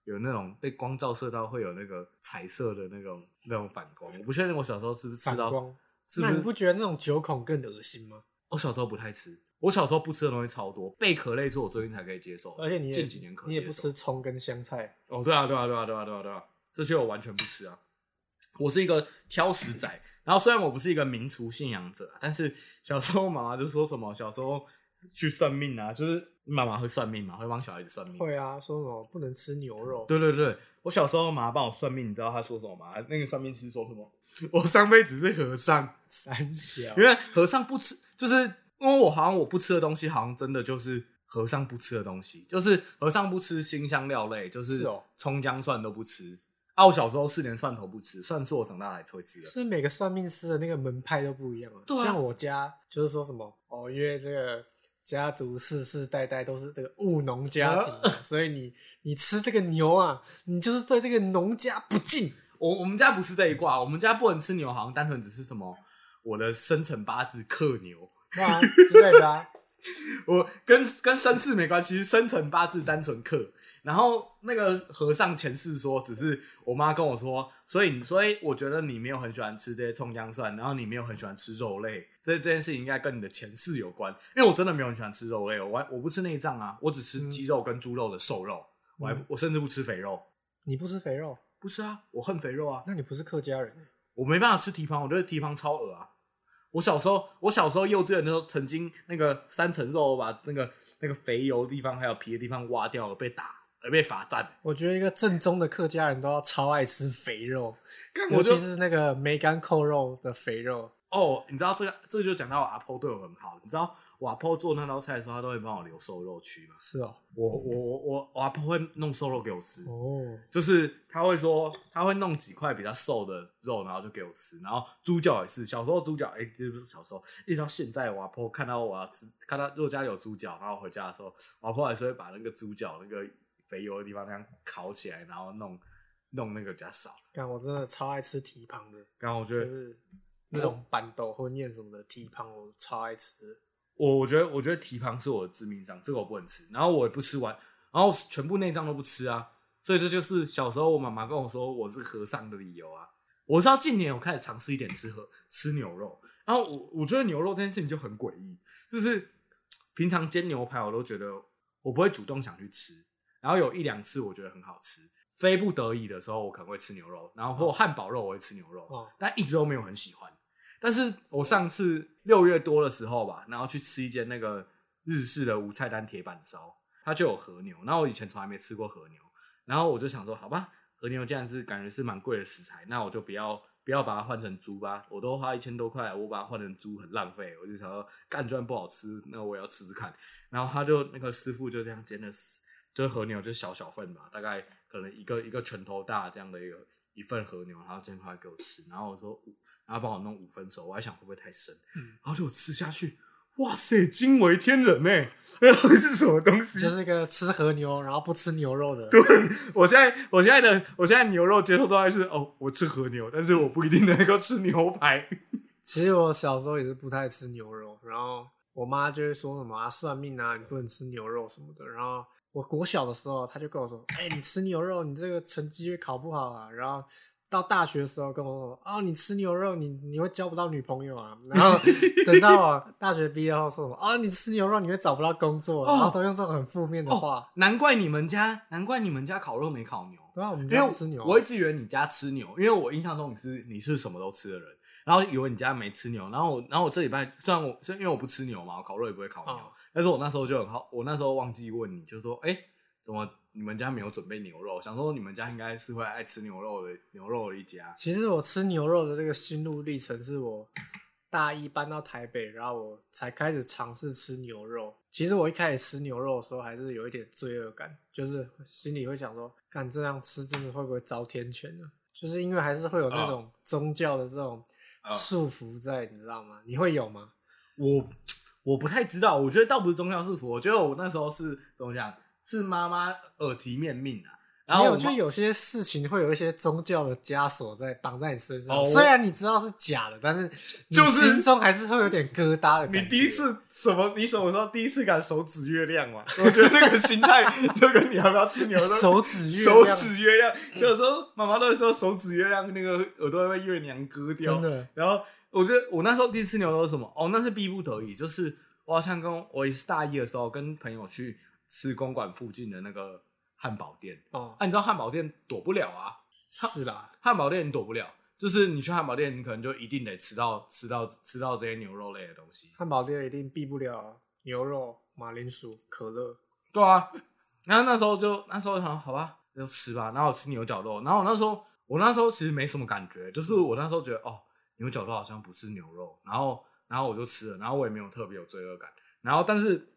Speaker 1: 有那种被光照射到会有那个彩色的那种那种反光。我不确定我小时候是不是吃
Speaker 2: 反
Speaker 1: 到，
Speaker 2: 光。
Speaker 1: 是
Speaker 2: 那你
Speaker 1: 不
Speaker 2: 不
Speaker 1: 是？
Speaker 2: 觉得那种九孔更恶心吗？
Speaker 1: 我小时候不太吃，我小时候不吃的东西超多，贝壳类是我最近才可以接受的，
Speaker 2: 而且你也
Speaker 1: 近几年可
Speaker 2: 你
Speaker 1: 接
Speaker 2: 也
Speaker 1: 受。
Speaker 2: 不吃葱跟香菜，
Speaker 1: 哦，对啊，对啊，对啊，对啊，对啊，对啊，这些我完全不吃啊。我是一个挑食仔，然后虽然我不是一个民俗信仰者啊，但是小时候妈妈就说什么小时候去算命啊，就是妈妈会算命嘛，会帮小孩子算命。
Speaker 2: 会啊，说什么不能吃牛肉，
Speaker 1: 对对对，我小时候妈妈帮我算命，你知道她说什么吗？那个算命师说什么？ 我上辈子是和尚，
Speaker 2: 三小
Speaker 1: 因为和尚不吃，就是因为我好像我不吃的东西，好像真的就是和尚不吃的东西，就是和尚不吃辛香料类，就是
Speaker 2: 哦
Speaker 1: 葱姜蒜都不吃。啊，我小时候是连蒜头不吃，蒜是我长大才会吃的。
Speaker 2: 是每个算命师的那个门派都不一样啊。
Speaker 1: 对啊
Speaker 2: 像我家就是说什么哦，因为这个家族世世代代都是这个务农家庭啊、所以你你吃这个牛啊，你就是对这个农家不敬。
Speaker 1: 我我们家不是这一挂，我们家不能吃牛，好像单纯只是什么我的生辰八字克牛，
Speaker 2: 那之类的啊，
Speaker 1: 我跟跟身世没关系，生辰八字单纯克。然后那个和尚前世说，只是我妈跟我说，所以你所以我觉得你没有很喜欢吃这些葱姜蒜，然后你没有很喜欢吃肉类，这这件事情应该跟你的前世有关。因为我真的没有很喜欢吃肉类，我完我不吃内脏啊，我只吃鸡肉跟猪肉的瘦肉，我还不我甚至不吃肥肉，
Speaker 2: 你不吃肥肉，
Speaker 1: 不吃啊，我恨肥肉啊。
Speaker 2: 那你不是客家人欸、
Speaker 1: 我没办法吃蹄膀，我觉得蹄膀超恶啊。我小时候，我小时候幼稚园的时候，曾经那个三层肉，我把那个那个肥油的地方还有皮的地方挖掉了，被打，而被罚站。
Speaker 2: 我觉得一个正宗的客家人都要超爱吃肥肉，
Speaker 1: 干
Speaker 2: 尤
Speaker 1: 我就
Speaker 2: 其是那个梅干扣肉的肥肉。
Speaker 1: 哦，你知道这个，这个就讲到我阿婆对我很好。你知道我阿婆做那道菜的时候，她都会帮我留瘦肉区嘛。
Speaker 2: 是哦，
Speaker 1: 我我我我我阿婆会弄瘦肉给我吃，
Speaker 2: 哦，
Speaker 1: 就是她会说她会弄几块比较瘦的肉，然后就给我吃。然后猪脚也是，小时候猪脚，哎、这不是小时候，一直到现在，我阿婆看到我要吃，看到如果家里有猪脚，然后回家的时候，我阿婆还是会把那个猪脚那个肥油的地方那样烤起来，然后弄弄那个比较少。
Speaker 2: 干我真的超爱吃蹄膀的，
Speaker 1: 然后我觉
Speaker 2: 就
Speaker 1: 得，
Speaker 2: 是那种板豆或面什么的蹄膀，我超爱吃。
Speaker 1: 我我觉得我觉得蹄膀是我的致命伤，这个我不能吃，然后我也不吃完，然后全部内脏都不吃啊，所以这就是小时候我妈妈跟我说我是和尚的理由啊。我是到近年我开始尝试一点吃和吃牛肉，然后我我觉得牛肉这件事情就很诡异，就是平常煎牛排我都觉得我不会主动想去吃，然后有一两次我觉得很好吃，非不得已的时候我可能会吃牛肉，然后或汉堡肉我会吃牛肉，
Speaker 2: 哦，
Speaker 1: 但一直都没有很喜欢。但是我上次六月多的时候吧，然后去吃一间那个日式的无菜单铁板烧，它就有和牛。然后我以前从来没吃过和牛，然后我就想说，好吧，和牛既然是感觉是蛮贵的食材，那我就不要不要把它换成猪吧。我都花一千多块，我把它换成猪很浪费。我就想说，干居然不好吃，那我也要吃吃看。然后他就那个师傅就这样煎了四，就是和牛就小小份吧，大概可能一个一个拳头大这样的一个一份和牛，然后煎出来给我吃。然后我说五，然后帮我弄五分熟，我还想会不会太深，
Speaker 2: 嗯
Speaker 1: 然后就我吃下去。哇塞，惊为天人呢、 那到底是什么东西？
Speaker 2: 就是一个吃和牛然后不吃牛肉的。
Speaker 1: 我现在我现在的我现在牛肉接受状态是哦，我吃和牛，但是我不一定能够吃牛排。
Speaker 2: 其实我小时候也是不太吃牛肉，然后我妈就会说什么啊算命啊，你不能吃牛肉什么的。然后我国小的时候，她就跟我说，哎、你吃牛肉，你这个成绩会考不好啊。然后到大学的时候跟我说，哦，你吃牛肉，你你会交不到女朋友啊。然后等到我大学毕业后说什么，哦，你吃牛肉你会找不到工作，
Speaker 1: 哦
Speaker 2: 然后都用这种很负面的话。
Speaker 1: 难怪你们家，难怪你们家烤肉没烤牛，
Speaker 2: 对啊，我们
Speaker 1: 因为
Speaker 2: 家不
Speaker 1: 我
Speaker 2: 吃牛啊，
Speaker 1: 我一直以为你家吃牛，因为我印象中你是你是什么都吃的人，然后以为你家没吃牛，然后我然后我这礼拜虽然我是因为我不吃牛嘛，我烤肉也不会烤牛，
Speaker 2: 哦
Speaker 1: 但是我那时候就很好，我那时候忘记问你，就说哎、怎么你们家没有准备牛肉？想说你们家应该是会爱吃牛肉的牛肉的一家。
Speaker 2: 其实我吃牛肉的这个心路历程，是我大一搬到台北，然后我才开始尝试吃牛肉。其实我一开始吃牛肉的时候，还是有一点罪恶感，就是心里会想说，干这样吃真的会不会遭天谴呢？就是因为还是会有
Speaker 1: 嗯
Speaker 2: 那种宗教的这种
Speaker 1: 啊
Speaker 2: 束缚在，你知道吗？你会有吗？
Speaker 1: 我我不太知道，我觉得倒不是宗教是佛，我觉得我那时候是怎么讲，是妈妈耳提面命啊。然
Speaker 2: 没
Speaker 1: 后
Speaker 2: 有，
Speaker 1: 我
Speaker 2: 就
Speaker 1: 妈
Speaker 2: 有些事情会有一些宗教的枷锁在绑在你身上，
Speaker 1: 哦我
Speaker 2: 虽然你知道是假的，但是你
Speaker 1: 就是
Speaker 2: 心中还是会有点疙瘩的感觉。
Speaker 1: 你第一次什么？你什么时候第一次敢手指月亮嘛？我觉得那个心态就跟你要不要吃牛肉、
Speaker 2: 手指月
Speaker 1: 手
Speaker 2: 亮
Speaker 1: 指月亮，有时候妈妈都会说手指月亮那个耳朵会被月娘割掉，
Speaker 2: 真的
Speaker 1: 然后我觉得我那时候第一次牛肉是什么？哦，那是逼不得已，就是我好像跟我也是大一的时候跟朋友去吃公馆附近的那个汉堡店，
Speaker 2: 哦，
Speaker 1: 啊，你知道汉堡店躲不了啊，
Speaker 2: 是啦，
Speaker 1: 汉堡店你躲不了，就是你去汉堡店，你可能就一定得吃到吃到吃到这些牛肉类的东西。
Speaker 2: 汉堡店一定避不了牛肉、马铃薯、可乐。
Speaker 1: 对啊，然后那时候就那时候想，好吧，就吃吧。然后我吃牛角肉，然后我那时候我那时候其实没什么感觉，就是我那时候觉得哦，牛角肉好像不是牛肉，然后然后我就吃了，然后我也没有特别有罪恶感。然后但是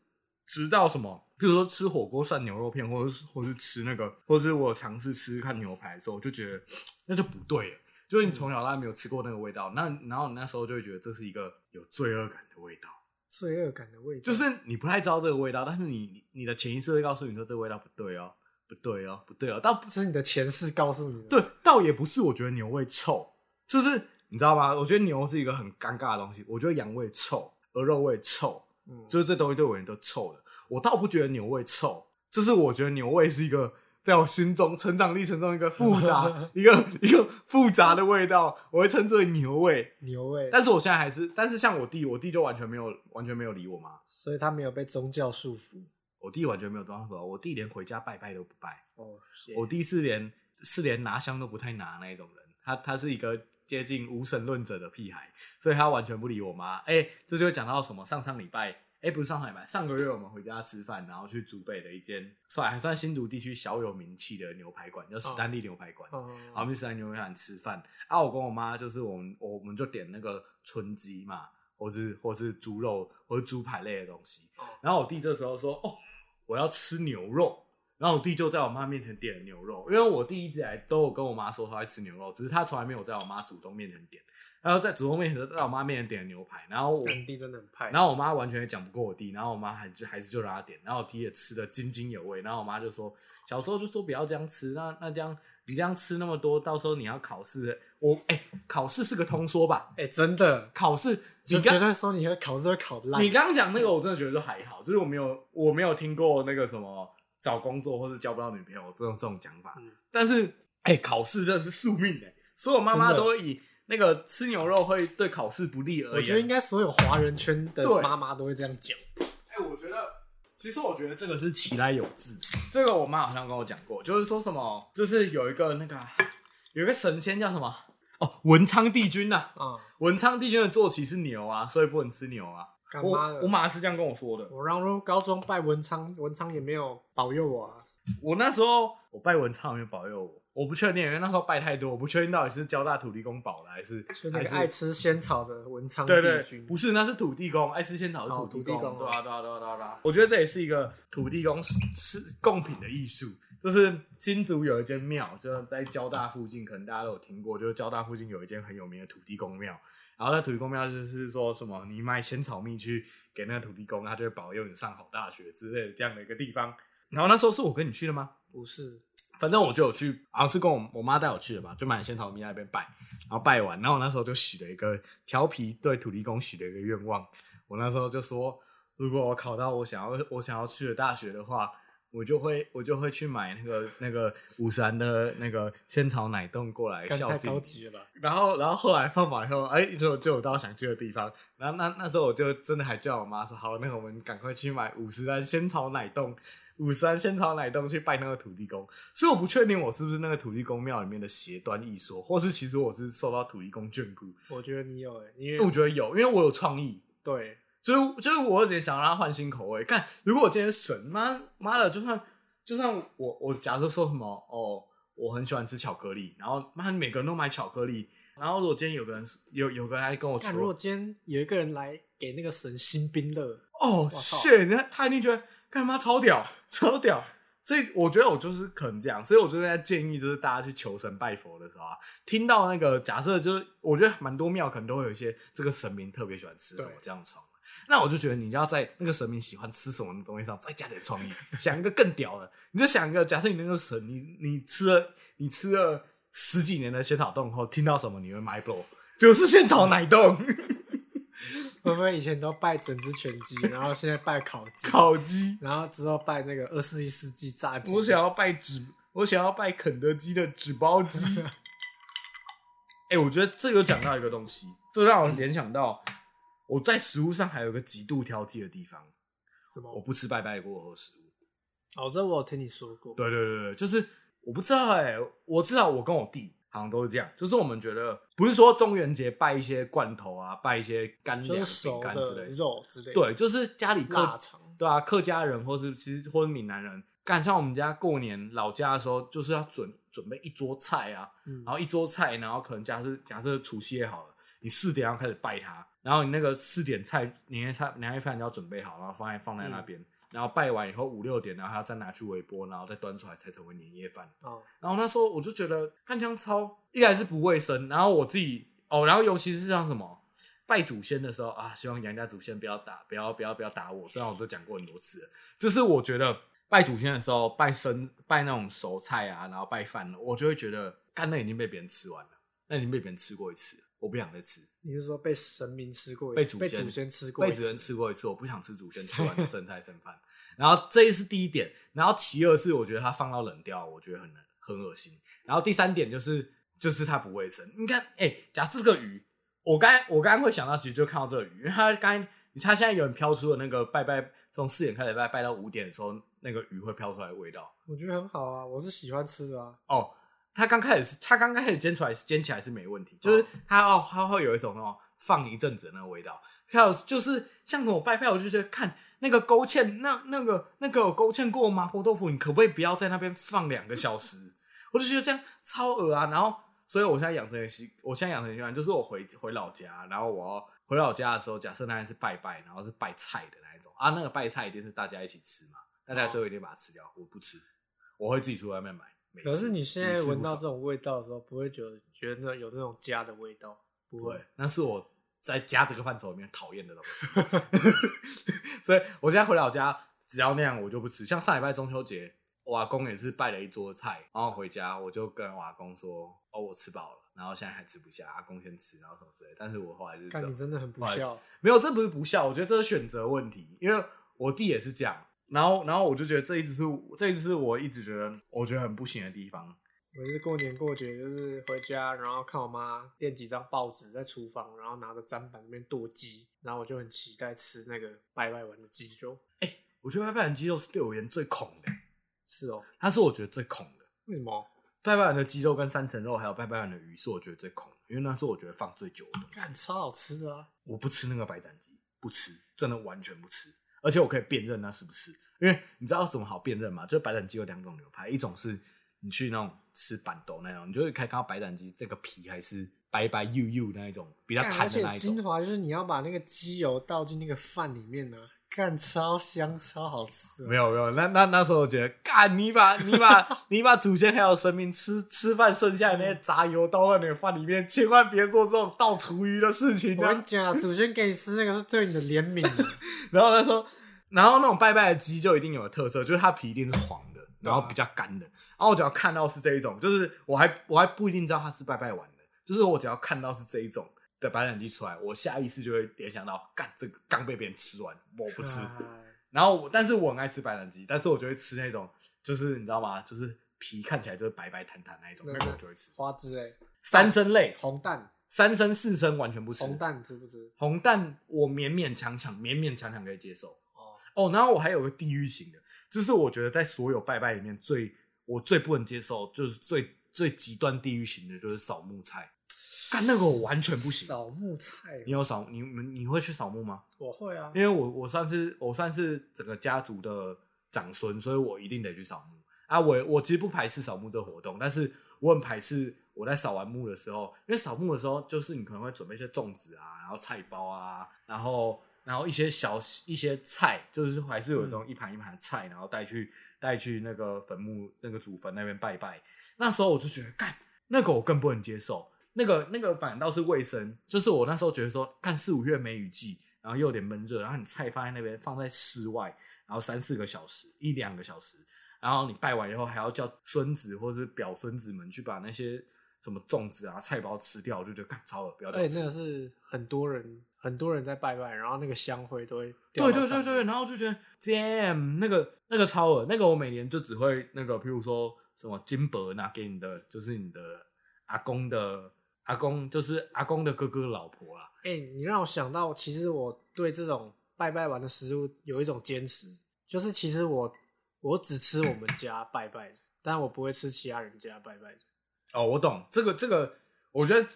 Speaker 1: 直到什么，比如说吃火锅涮牛肉片，或者是或是吃那个，或者是我尝试吃看牛排的时候，我就觉得 那就不对了。就是你从小到大没有吃过那个味道，那然后你那时候就会觉得这是一个有罪恶感的味道，
Speaker 2: 罪恶感的味道，
Speaker 1: 就是你不太知道这个味道，但是你你的潜意识会告诉你说这个味道不对哦，不对哦，不对哦，倒不
Speaker 2: 这是你的前世告诉你的。，
Speaker 1: 对，倒也不是我觉得牛味臭，就是你知道吗？我觉得牛是一个很尴尬的东西，我觉得羊味臭，鹅肉味臭，
Speaker 2: 嗯，
Speaker 1: 就是这东西对我而言都臭了。我倒不觉得牛味臭，就是我觉得牛味是一个在我心中成长历程中一个复杂、一个一个复杂的味道，我会称之为牛味。
Speaker 2: 牛味，
Speaker 1: 但是我现在还是，但是像我弟，我弟就完全没有完全没有理我妈，
Speaker 2: 所以他没有被宗教束缚。
Speaker 1: 我弟完全没有装什么，我弟连回家拜拜都不拜。
Speaker 2: 哦，
Speaker 1: 我弟是连是连拿香都不太拿那一种人，他他是一个接近无神论者的屁孩，所以他完全不理我妈。哎、这就讲到什么？上上礼拜，哎、不是上上礼拜，上个月我们回家吃饭，然后去竹北的一间算还算新竹地区小有名气的牛排馆，叫史丹利牛排馆。
Speaker 2: 哦，
Speaker 1: 然后我们去史丹利牛排馆吃饭，啊，我跟我妈就是我们我们就点那个春鸡嘛，或是或是猪肉或是猪排类的东西
Speaker 2: 哦。
Speaker 1: 然后我弟这时候说：“哦，我要吃牛肉。”然后我弟就在我妈面前点了牛肉，因为我弟一直以来都有跟我妈说他会吃牛肉，只是他从来没有在我妈主动面前点。然后在主动面前，在我妈面前点了牛排，然后我
Speaker 2: 本地真的很派。
Speaker 1: 然
Speaker 2: 后
Speaker 1: 后我妈完全也讲不过我弟，然后我妈还就还是就让他点，然后我弟也吃的津津有味，然后我妈就说小时候就说不要这样吃，那那这样你这样吃那么多，到时候你要考试，我哎、考试是个通说吧，
Speaker 2: 哎，真的，
Speaker 1: 考试你
Speaker 2: 就
Speaker 1: 刚
Speaker 2: 绝对说你会考试会考烂
Speaker 1: 你。刚刚讲那个我真的觉得就还好，就是我没有我没有听过那个什么找工作或是交不到女朋友这种这种讲法，
Speaker 2: 嗯
Speaker 1: 但是哎、考试真的是宿命哎、所有妈妈
Speaker 2: 真的
Speaker 1: 都会以那个吃牛肉会对考试不利而言，
Speaker 2: 我觉得应该所有华人圈的
Speaker 1: 对
Speaker 2: 妈妈都会这样讲。
Speaker 1: 哎、我觉得，其实我觉得这个是其来有自。这个我妈好像跟我讲过，就是说什么，就是有一个那个啊有一个神仙叫什么哦，文昌帝君呐、啊。
Speaker 2: 啊，
Speaker 1: 文昌帝君的坐骑是牛啊，所以不能吃牛啊。
Speaker 2: 干妈
Speaker 1: 我
Speaker 2: 的
Speaker 1: 我，妈是这样跟我说的。
Speaker 2: 我让入高中拜文昌，文昌也没有保佑我啊。
Speaker 1: 我那时候我拜文昌有没有保佑我？我不确定，因为那时候拜太多，我不确定到底是交大土地公保的还是
Speaker 2: 就那
Speaker 1: 还
Speaker 2: 个
Speaker 1: 是
Speaker 2: 爱吃仙草的文昌
Speaker 1: 对
Speaker 2: 帝
Speaker 1: 对，
Speaker 2: 君，
Speaker 1: 不是，那是土地公，爱吃仙草
Speaker 2: 哦
Speaker 1: 是土
Speaker 2: 土地公
Speaker 1: 对啊，对啊，对啊，对啊，对啊。我觉得这也是一个土地公是是贡品的艺术，就是新竹有一间庙，就是在交大附近，可能大家都有听过，就是交大附近有一间很有名的土地公庙，然后那土地公庙就是说什么，你卖仙草蜜去给那个土地公，他就会保佑你上好大学之类的这样的一个地方。然后那时候是我跟你去的吗？
Speaker 2: 不是，
Speaker 1: 反正我就有去，好像是跟我我妈带我去的吧，就买仙草蜜那边拜，然后拜完，然后我那时候就许了一个调皮对土地公许了一个愿望，我那时候就说，如果我考到我想要我想要去的大学的话，我就会我就会去买那个那个五三的那个仙草奶冻过来
Speaker 2: 干
Speaker 1: 孝
Speaker 2: 太
Speaker 1: 敬
Speaker 2: 高
Speaker 1: 你。
Speaker 2: 级了吧。
Speaker 1: 然后，然后后来放榜以后，哎，就就有到想去的地方。然后那那时候我就真的还叫我妈说，好，那我们赶快去买五十单仙草奶冻， 五十单仙草奶冻去拜那个土地公。所以我不确定我是不是那个土地公庙里面的邪端一说，或是其实我是受到土地公眷顾。
Speaker 2: 我觉得你有哎、因
Speaker 1: 因为我
Speaker 2: 为
Speaker 1: 觉得有，因为我有创意，
Speaker 2: 对
Speaker 1: 所以就是我有点想让他换新口味。看，如果我今天是神妈妈的，就算就算我我假设说什么哦，我很喜欢吃巧克力，然后妈每个人都买巧克力，然后如果今天有个人有有个人来跟我
Speaker 2: 但如果
Speaker 1: 说，
Speaker 2: 今天有一个人来给那个神新兵乐，
Speaker 1: 哦，
Speaker 2: 靠
Speaker 1: 谢，那他一定觉得干妈超屌，超屌。所以我觉得我就是可能这样，所以我就在建议，就是大家去求神拜佛的时候啊，听到那个假设，就是我觉得蛮多庙可能都会有一些这个神明特别喜欢吃什么
Speaker 2: 对
Speaker 1: 这样创。那我就觉得你要在那个神明喜欢吃什么的东西上再加点创意，想一个更屌的，你就想一个，假设你那个神，你你吃了你吃了十几年的仙草冻后，听到什么你会 mind blow，就是仙草奶冻、
Speaker 2: 会不会以前都拜整只全鸡，然后现在拜烤鸡，
Speaker 1: 烤鸡，
Speaker 2: 然后之后拜那个二十一世纪炸鸡？
Speaker 1: 我想要拜纸，我想要拜肯德基的纸包鸡。 哎、我觉得这有讲到一个东西，这让我联想到我在食物上还有一个极度挑剔的地方，
Speaker 2: 什么？
Speaker 1: 我不吃拜拜过后食物。
Speaker 2: 哦，这我有听你说过。
Speaker 1: 对对对对，就是我不知道哎、我知道我跟我弟好像都是这样，就是我们觉得不是说中元节拜一些罐头啊，拜一些干
Speaker 2: 就
Speaker 1: 粮、
Speaker 2: 是
Speaker 1: 饼
Speaker 2: 熟
Speaker 1: 干之
Speaker 2: 的
Speaker 1: 类的，
Speaker 2: 肉之类的，，
Speaker 1: 对，就是家里
Speaker 2: 腊
Speaker 1: 客
Speaker 2: 肠，
Speaker 1: 对啊，客家人或是其实或是闽南人，赶像我们家过年老家的时候，就是要准准备一桌菜啊，
Speaker 2: 嗯
Speaker 1: 然，后一桌菜，然后可能假设假设除夕夜好了，你四点要开始拜它，然后你那个四点菜年夜菜年夜饭你要准备好，然后放在放在那边，然后拜完以后五六点，然后还要再拿去微波，然后再端出来才成为年夜饭。
Speaker 2: 哦，
Speaker 1: 然后那时候我就觉得干香超一来是不卫生，然后我自己哦，然后尤其是像什么拜祖先的时候啊，希望杨家祖先不要打，不要不要不要打我。虽然我这讲过很多次了，就是我觉得拜祖先的时候，拜生拜那种熟菜啊，然后拜饭，我就会觉得干那已经被别人吃完了，那已经被别人吃过一次了，我不想再吃。
Speaker 2: 你是说被神明吃过一
Speaker 1: 被
Speaker 2: 次，
Speaker 1: 祖
Speaker 2: 被
Speaker 1: 先
Speaker 2: 祖先吃过一
Speaker 1: 被
Speaker 2: 次，
Speaker 1: 主人吃过一次，我不想吃祖先吃完的剩菜剩饭。然后这是第一点，然后其二是我觉得它放到冷掉，我觉得很很恶心。然后第三点就是就是它不卫生。你看，哎、假设这个鱼，我刚才我刚刚会想到，其实就看到这个鱼，因为它刚才它现在有人飘出的那个拜拜，从四点开始拜拜到五点的时候，那个鱼会飘出来的味道。
Speaker 2: 我觉得很好啊，我是喜欢吃的啊。
Speaker 1: 哦，它刚开始是它刚开始煎出来是煎起来是没问题，就是
Speaker 2: 哦
Speaker 1: 它哦它会有一种哦放一阵子的那个味道。还有就是像我拜拜，我就觉得看那个勾芡，那那个那个有勾芡过麻婆豆腐，你可不可以不要在那边放两个小时？ 我就觉得这样超恶啊。然后，所以我现在养成一个习，我现在养成一个习惯，就是我回回老家，然后我要回老家的时候，假设那天是拜拜，然后是拜菜的那一种啊，那个拜菜一定是大家一起吃嘛，大
Speaker 2: 哦
Speaker 1: 家最后一定把它吃掉，我不吃，我会自己出外面买。每次
Speaker 2: 可是你现在闻到
Speaker 1: 屡试不爽
Speaker 2: 这种味道的时候，不会觉得觉得有这种家的味道，不会
Speaker 1: 对，那是我在家这个范畴里面讨厌的东西。 所以我现在回老家，只要那样我就不吃。像上礼拜中秋节，我阿公也是拜了一桌菜，然后回家我就跟我阿公说：“哦，我吃饱了。”然后现在还吃不下，阿公先吃，然后什么之类的。但是我后来就是这
Speaker 2: 看你
Speaker 1: 样，
Speaker 2: 真的很不
Speaker 1: 坏
Speaker 2: 孝。
Speaker 1: 没有，这不是不孝，我觉得这是选择问题。因为我弟也是这样，然后然后我就觉得这一直是这一直是我一直觉得我觉得很不行的地方。
Speaker 2: 每次过年过节就是回家，然后看我妈垫几张报纸在厨房，然后拿着砧板那边剁鸡，然后我就很期待吃那个拜拜完的鸡肉。
Speaker 1: 我觉得拜拜完鸡肉是对我而言最恐的，
Speaker 2: 是哦，
Speaker 1: 它是我觉得最恐的。
Speaker 2: 为什么？
Speaker 1: 拜拜碗的鸡肉跟三层肉，还有拜拜碗的鱼，是我觉得最恐的，因为那是我觉得放最久的东西。
Speaker 2: 干超好吃的啊！
Speaker 1: 我不吃那个白斩鸡，不吃，真的完全不吃。而且我可以辨认那是不是，因为你知道什么好辨认吗？就是白斩鸡有两种流派，一种是你去那种吃板豆那种，你就会可以看到白斩鸡那个皮还是白白幼幼那一种，比较
Speaker 2: 干，而
Speaker 1: 弹的
Speaker 2: 且
Speaker 1: 那一
Speaker 2: 精
Speaker 1: 种。
Speaker 2: 华就是你要把那个鸡油倒进那个饭里面呢、啊干超香，超好吃、
Speaker 1: 没有没有，那那那时候我觉得，干你把你 把你把祖先还有神明吃吃饭剩下的那些杂油倒到你的饭里面，千万别做这种倒厨余的事情、啊。
Speaker 2: 我跟你讲啊，祖先给你吃那个是对你的怜悯啊。
Speaker 1: 然后他说，然后那种拜拜的鸡就一定有特色，就是它皮一定是黄的，然后比较干的。然后我只要看到是这一种，就是我还我还不一定知道它是拜拜完的，就是我只要看到是这一种的白斩鸡出来，我下意识就会联想到，干这个刚被别人吃完，我 不吃。
Speaker 2: 哎
Speaker 1: 然后我，但是我很爱吃白斩鸡，但是我就会吃那种，就是你知道吗？就是皮看起来就是白白弹弹那一种，
Speaker 2: 那
Speaker 1: 那
Speaker 2: 个
Speaker 1: 个我就会吃。
Speaker 2: 花枝哎、
Speaker 1: 三生类，
Speaker 2: 红蛋，
Speaker 1: 三生四生完全不吃。
Speaker 2: 红蛋你吃不吃？
Speaker 1: 红蛋我勉勉强强，勉勉强强可以接受。
Speaker 2: 哦，
Speaker 1: 哦，然后我还有个地狱型的，这是我觉得在所有拜拜里面最我最不能接受，就是最最极端地狱型的，就是扫墓菜。干那个我完全不行。
Speaker 2: 扫墓菜
Speaker 1: 你，有扫你你你会去扫墓吗？
Speaker 2: 我会啊
Speaker 1: 因。为我我算是我算是整个家族的长孙，所以我一定得去扫墓啊。我我其实不排斥扫墓这个活动，但是我很排斥我在扫完墓的时候，因为扫墓的时候就是你可能会准备一些粽子啊，然后菜包啊，然后然后一些小一些菜，就是还是有这种一盘一盘的菜，然后带去带去那个坟墓那个祖坟那边拜拜。那时候我就觉得，干那个我更不能接受，那个那个反倒是卫生，就是我那时候觉得说，干四五月梅雨季，然后又有点闷热，然后你菜放在那边放在室外，然后三四个小时一两个小时，然后你拜完以后还要叫孙子或者是表孙子们去把那些什么粽子啊菜包吃掉，我就觉得干超恶不要再
Speaker 2: 而
Speaker 1: 吃
Speaker 2: 且那个是很多人，很多人在拜拜，然后那个香灰都会掉
Speaker 1: 对
Speaker 2: 到
Speaker 1: 对
Speaker 2: 上
Speaker 1: 对
Speaker 2: 面
Speaker 1: 对，，然后就觉得 damn 那个那个超额，那个我每年就只会那个，譬如说什么金箔拿给你的，就是你的阿公的阿公，就是阿公的哥哥老婆啦。
Speaker 2: 哎、你让我想到，其实我对这种拜拜完的食物有一种坚持，就是其实我我只吃我们家拜拜的，但我不会吃其他人家拜拜的。
Speaker 1: 哦，我懂这个这个，我觉得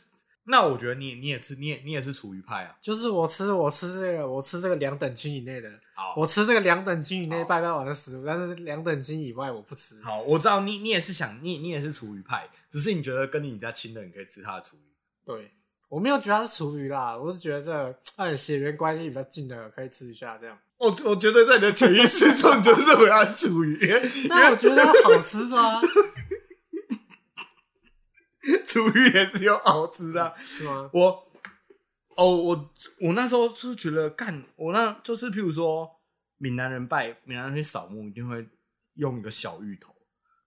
Speaker 1: 那我觉得你你也是你也你也是厨余派啊。
Speaker 2: 就是我吃我吃这个我吃这个两等亲以内的，
Speaker 1: 好，
Speaker 2: 我吃这个两等亲以内
Speaker 1: 好
Speaker 2: 拜拜完的食物，但是两等亲以外我不吃。
Speaker 1: 好，我知道你你也是想你你也是厨余派，只是你觉得跟你比较亲的，你可以吃他的厨余。
Speaker 2: 对，我没有觉得它是厨余啦，我是觉得这个哎血缘关系比较近的可以吃一 下这样。
Speaker 1: 我我觉得在你的潜意识中，你就认为它是厨余，
Speaker 2: 但我觉得它好吃的啊，
Speaker 1: 厨余也是有好吃的啊、
Speaker 2: 是吗？
Speaker 1: 我哦，我我那时候是觉得干，我那就是譬如说闽南人拜闽南人去扫墓，一定会用一个小芋头，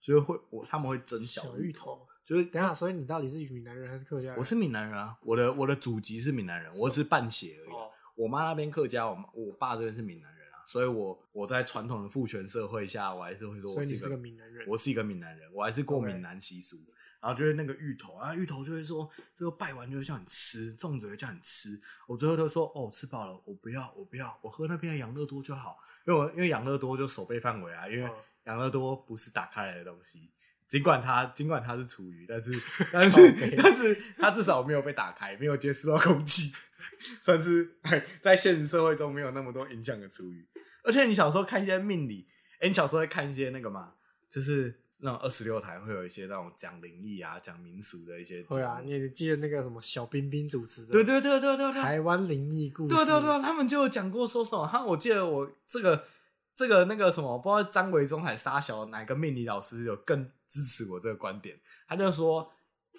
Speaker 1: 就是会我他们会蒸小芋头，
Speaker 2: 头。
Speaker 1: 就是
Speaker 2: 等一下，所以你到底是闽南人还是客家人？
Speaker 1: 我是闽南人啊，我的我的祖籍是闽南人，我只是半血而已啊、
Speaker 2: 哦，
Speaker 1: 我妈那边客家，我妈我爸这边是闽南人啊，所以我我在传统的父权社会下，我还是会说
Speaker 2: 所
Speaker 1: 我
Speaker 2: 以
Speaker 1: 是
Speaker 2: 你
Speaker 1: 一
Speaker 2: 是
Speaker 1: 个
Speaker 2: 个闽南人。
Speaker 1: 我是一个闽南人，我还是过
Speaker 2: OK
Speaker 1: 闽南习俗。然后就是那个芋头，然后芋头就会说，这个拜完就会叫你吃，粽子会叫你吃。我最后都说，哦，我吃饱了，我不要，我不要，我喝那边的养乐多就好，因为我因为养乐多就手背范围啊，因为
Speaker 2: 嗯
Speaker 1: 养乐多不是打开来的东西，尽管它尽管它是厨余， 但是但
Speaker 2: 靠
Speaker 1: 是
Speaker 2: 北
Speaker 1: 但是它至少没有被打开，没有接触到空气， 算是哎在现实社会中没有那么多影响的厨余。而且你小时候看一些命理，哎、你小时候会看一些那个嘛，就是那种二十六台会有一些那种讲灵异啊、讲民俗的一些节目。
Speaker 2: 会啊，你也记得那个什么小冰冰主持的？
Speaker 1: 对对对对对对，
Speaker 2: 台湾灵异故事。
Speaker 1: 对啊对对，他们就有讲过说什么，他我记得我这个这个那个什么，不知道张维忠还是沙小哪个命理老师有更支持我这个观点，他就说。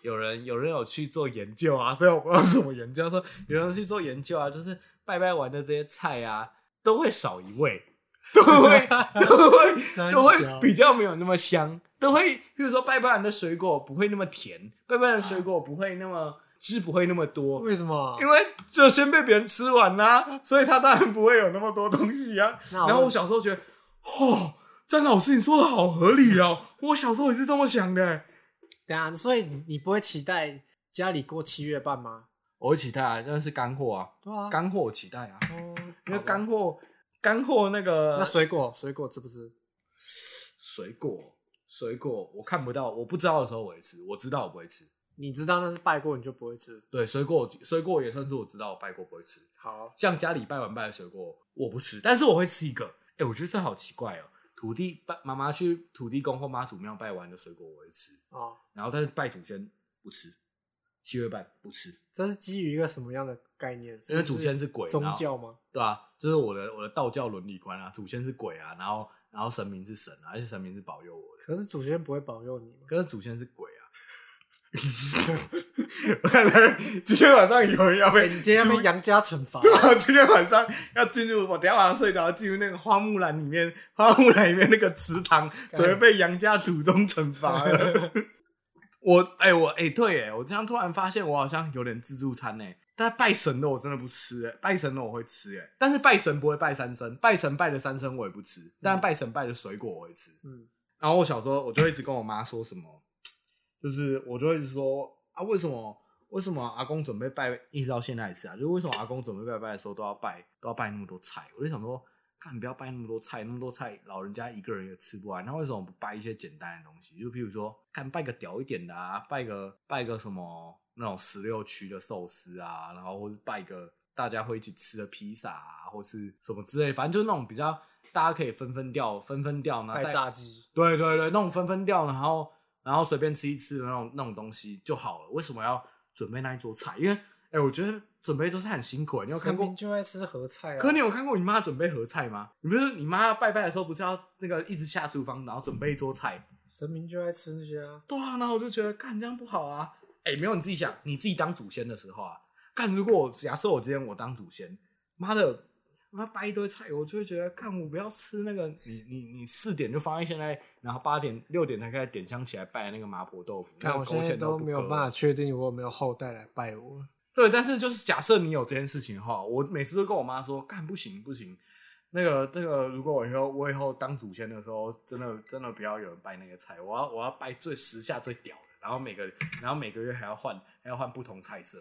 Speaker 1: 有人有人有去做研究啊，所以我不知道是什么研究。他说有人去做研究啊，就是拜拜完的这些菜啊，都会少一味， 都会都会
Speaker 2: 三
Speaker 1: 都会
Speaker 2: 小
Speaker 1: 比较没有那么香，都会， 比如说拜拜人的水果不会那么甜，拜拜人的水果不会那么汁不会那么多，
Speaker 2: 为什么？
Speaker 1: 因为就先被别人吃完啦、所以他当然不会有那么多东西啊。
Speaker 2: 那我
Speaker 1: 然后我小时候觉得，哦，詹老师你说的好合理哦，我小时候也是这么想的、
Speaker 2: 等一下，所以你不会期待家里过七月半吗？
Speaker 1: 我会期待啊，那是干货啊，
Speaker 2: 对啊，
Speaker 1: 干货我期待啊，
Speaker 2: 哦，
Speaker 1: 因为
Speaker 2: 好吧
Speaker 1: 干货干货那个
Speaker 2: 那水果水果吃不吃？
Speaker 1: 水果水果我看不到，我不知道的时候我会吃，我知道我不会吃。
Speaker 2: 你知道那是拜过，你就不会吃。
Speaker 1: 对，水果水果也算是我知道我拜过不会吃，
Speaker 2: 好，
Speaker 1: 像家里拜完拜的水果我不吃，但是我会吃一个。哎、我觉得这好奇怪哦。土地拜妈妈去土地公或妈祖庙拜完的水果我会吃，
Speaker 2: 哦，
Speaker 1: 然后但是拜祖先不吃，七月半不吃，
Speaker 2: 这是基于一个什么样的概念？
Speaker 1: 因为祖先是鬼，
Speaker 2: 宗
Speaker 1: 然后
Speaker 2: 教吗？
Speaker 1: 对啊，这、是我的我的道教伦理观啊，祖先是鬼啊，然后然后神明是神啊，而且神明是保佑我的，
Speaker 2: 可是祖先不会保佑你吗？
Speaker 1: 可是祖先是鬼啊。 看来今天晚上有人要
Speaker 2: 哎你今天要被杨家惩罚，
Speaker 1: 对啊，今天晚上要进入，我等一下晚上睡着要进入那个花木兰里面，花木兰里面那个祠堂，准备被杨家祖宗惩罚 了。我哎、我哎、对哎，我这样突然发现我好像有点自助餐哎，但拜神的我真的不吃哎，拜神的我会吃哎，但是拜神不会拜三牲，拜神拜的三牲我也不吃，但拜神拜的水果我会吃。
Speaker 2: 嗯，
Speaker 1: 然后我小时候我就一直跟我妈说什么，就是我就一直说啊，为什么为什么阿公准备拜，一直到现在也是啊，就是为什么阿公准备拜拜的时候都要拜都要拜那么多菜？我就想说，看你不要拜那么多菜，那么多菜老人家一个人也吃不完，那为什么不拜一些简单的东西？就譬如说，看拜个屌一点的啊，拜个拜个什么那种十六区的寿司啊，然后或是拜个。大家会一起吃的披萨啊，或是什么之类，反正就是那种比较大家可以分分掉、分分掉，然后
Speaker 2: 拜
Speaker 1: 带
Speaker 2: 炸鸡，
Speaker 1: 对对对，那种分分掉，然后然后随便吃一吃的那种那种东西就好了。为什么要准备那一桌菜？因为哎、我觉得准备一桌菜很辛苦、欸你有看
Speaker 2: 神
Speaker 1: 过
Speaker 2: 明？就爱吃合菜啊。
Speaker 1: 可你有看过你妈准备盒菜吗？你不是你妈拜拜的时候不是要那个一直下厨房，然后准备一桌菜？
Speaker 2: 神明就爱吃那些啊。
Speaker 1: 对啊，然后我就觉得干这样不好啊。哎、没有你自己想，你自己当祖先的时候啊，干如果我假设我今天我当祖先，妈的，妈掰一堆菜，我就会觉得干我不要吃那个，你你你四点就放在现在，然后八点六点才开始点香起来拜那个麻婆豆腐，那
Speaker 2: 看
Speaker 1: 个
Speaker 2: 我现
Speaker 1: 勾
Speaker 2: 在
Speaker 1: 芡
Speaker 2: 都
Speaker 1: 不
Speaker 2: 没有
Speaker 1: 够
Speaker 2: 办法确定我有没有后代来拜我。
Speaker 1: 对，但是就是假设你有这件事情的话，我每次都跟我妈说，干不行不行，那个那个，如果我以后我以后当祖先的时候，真的真的不要有人拜那个菜，我要我要拜最时下最屌的，然后每个然后每个月还要换还要换不同菜色。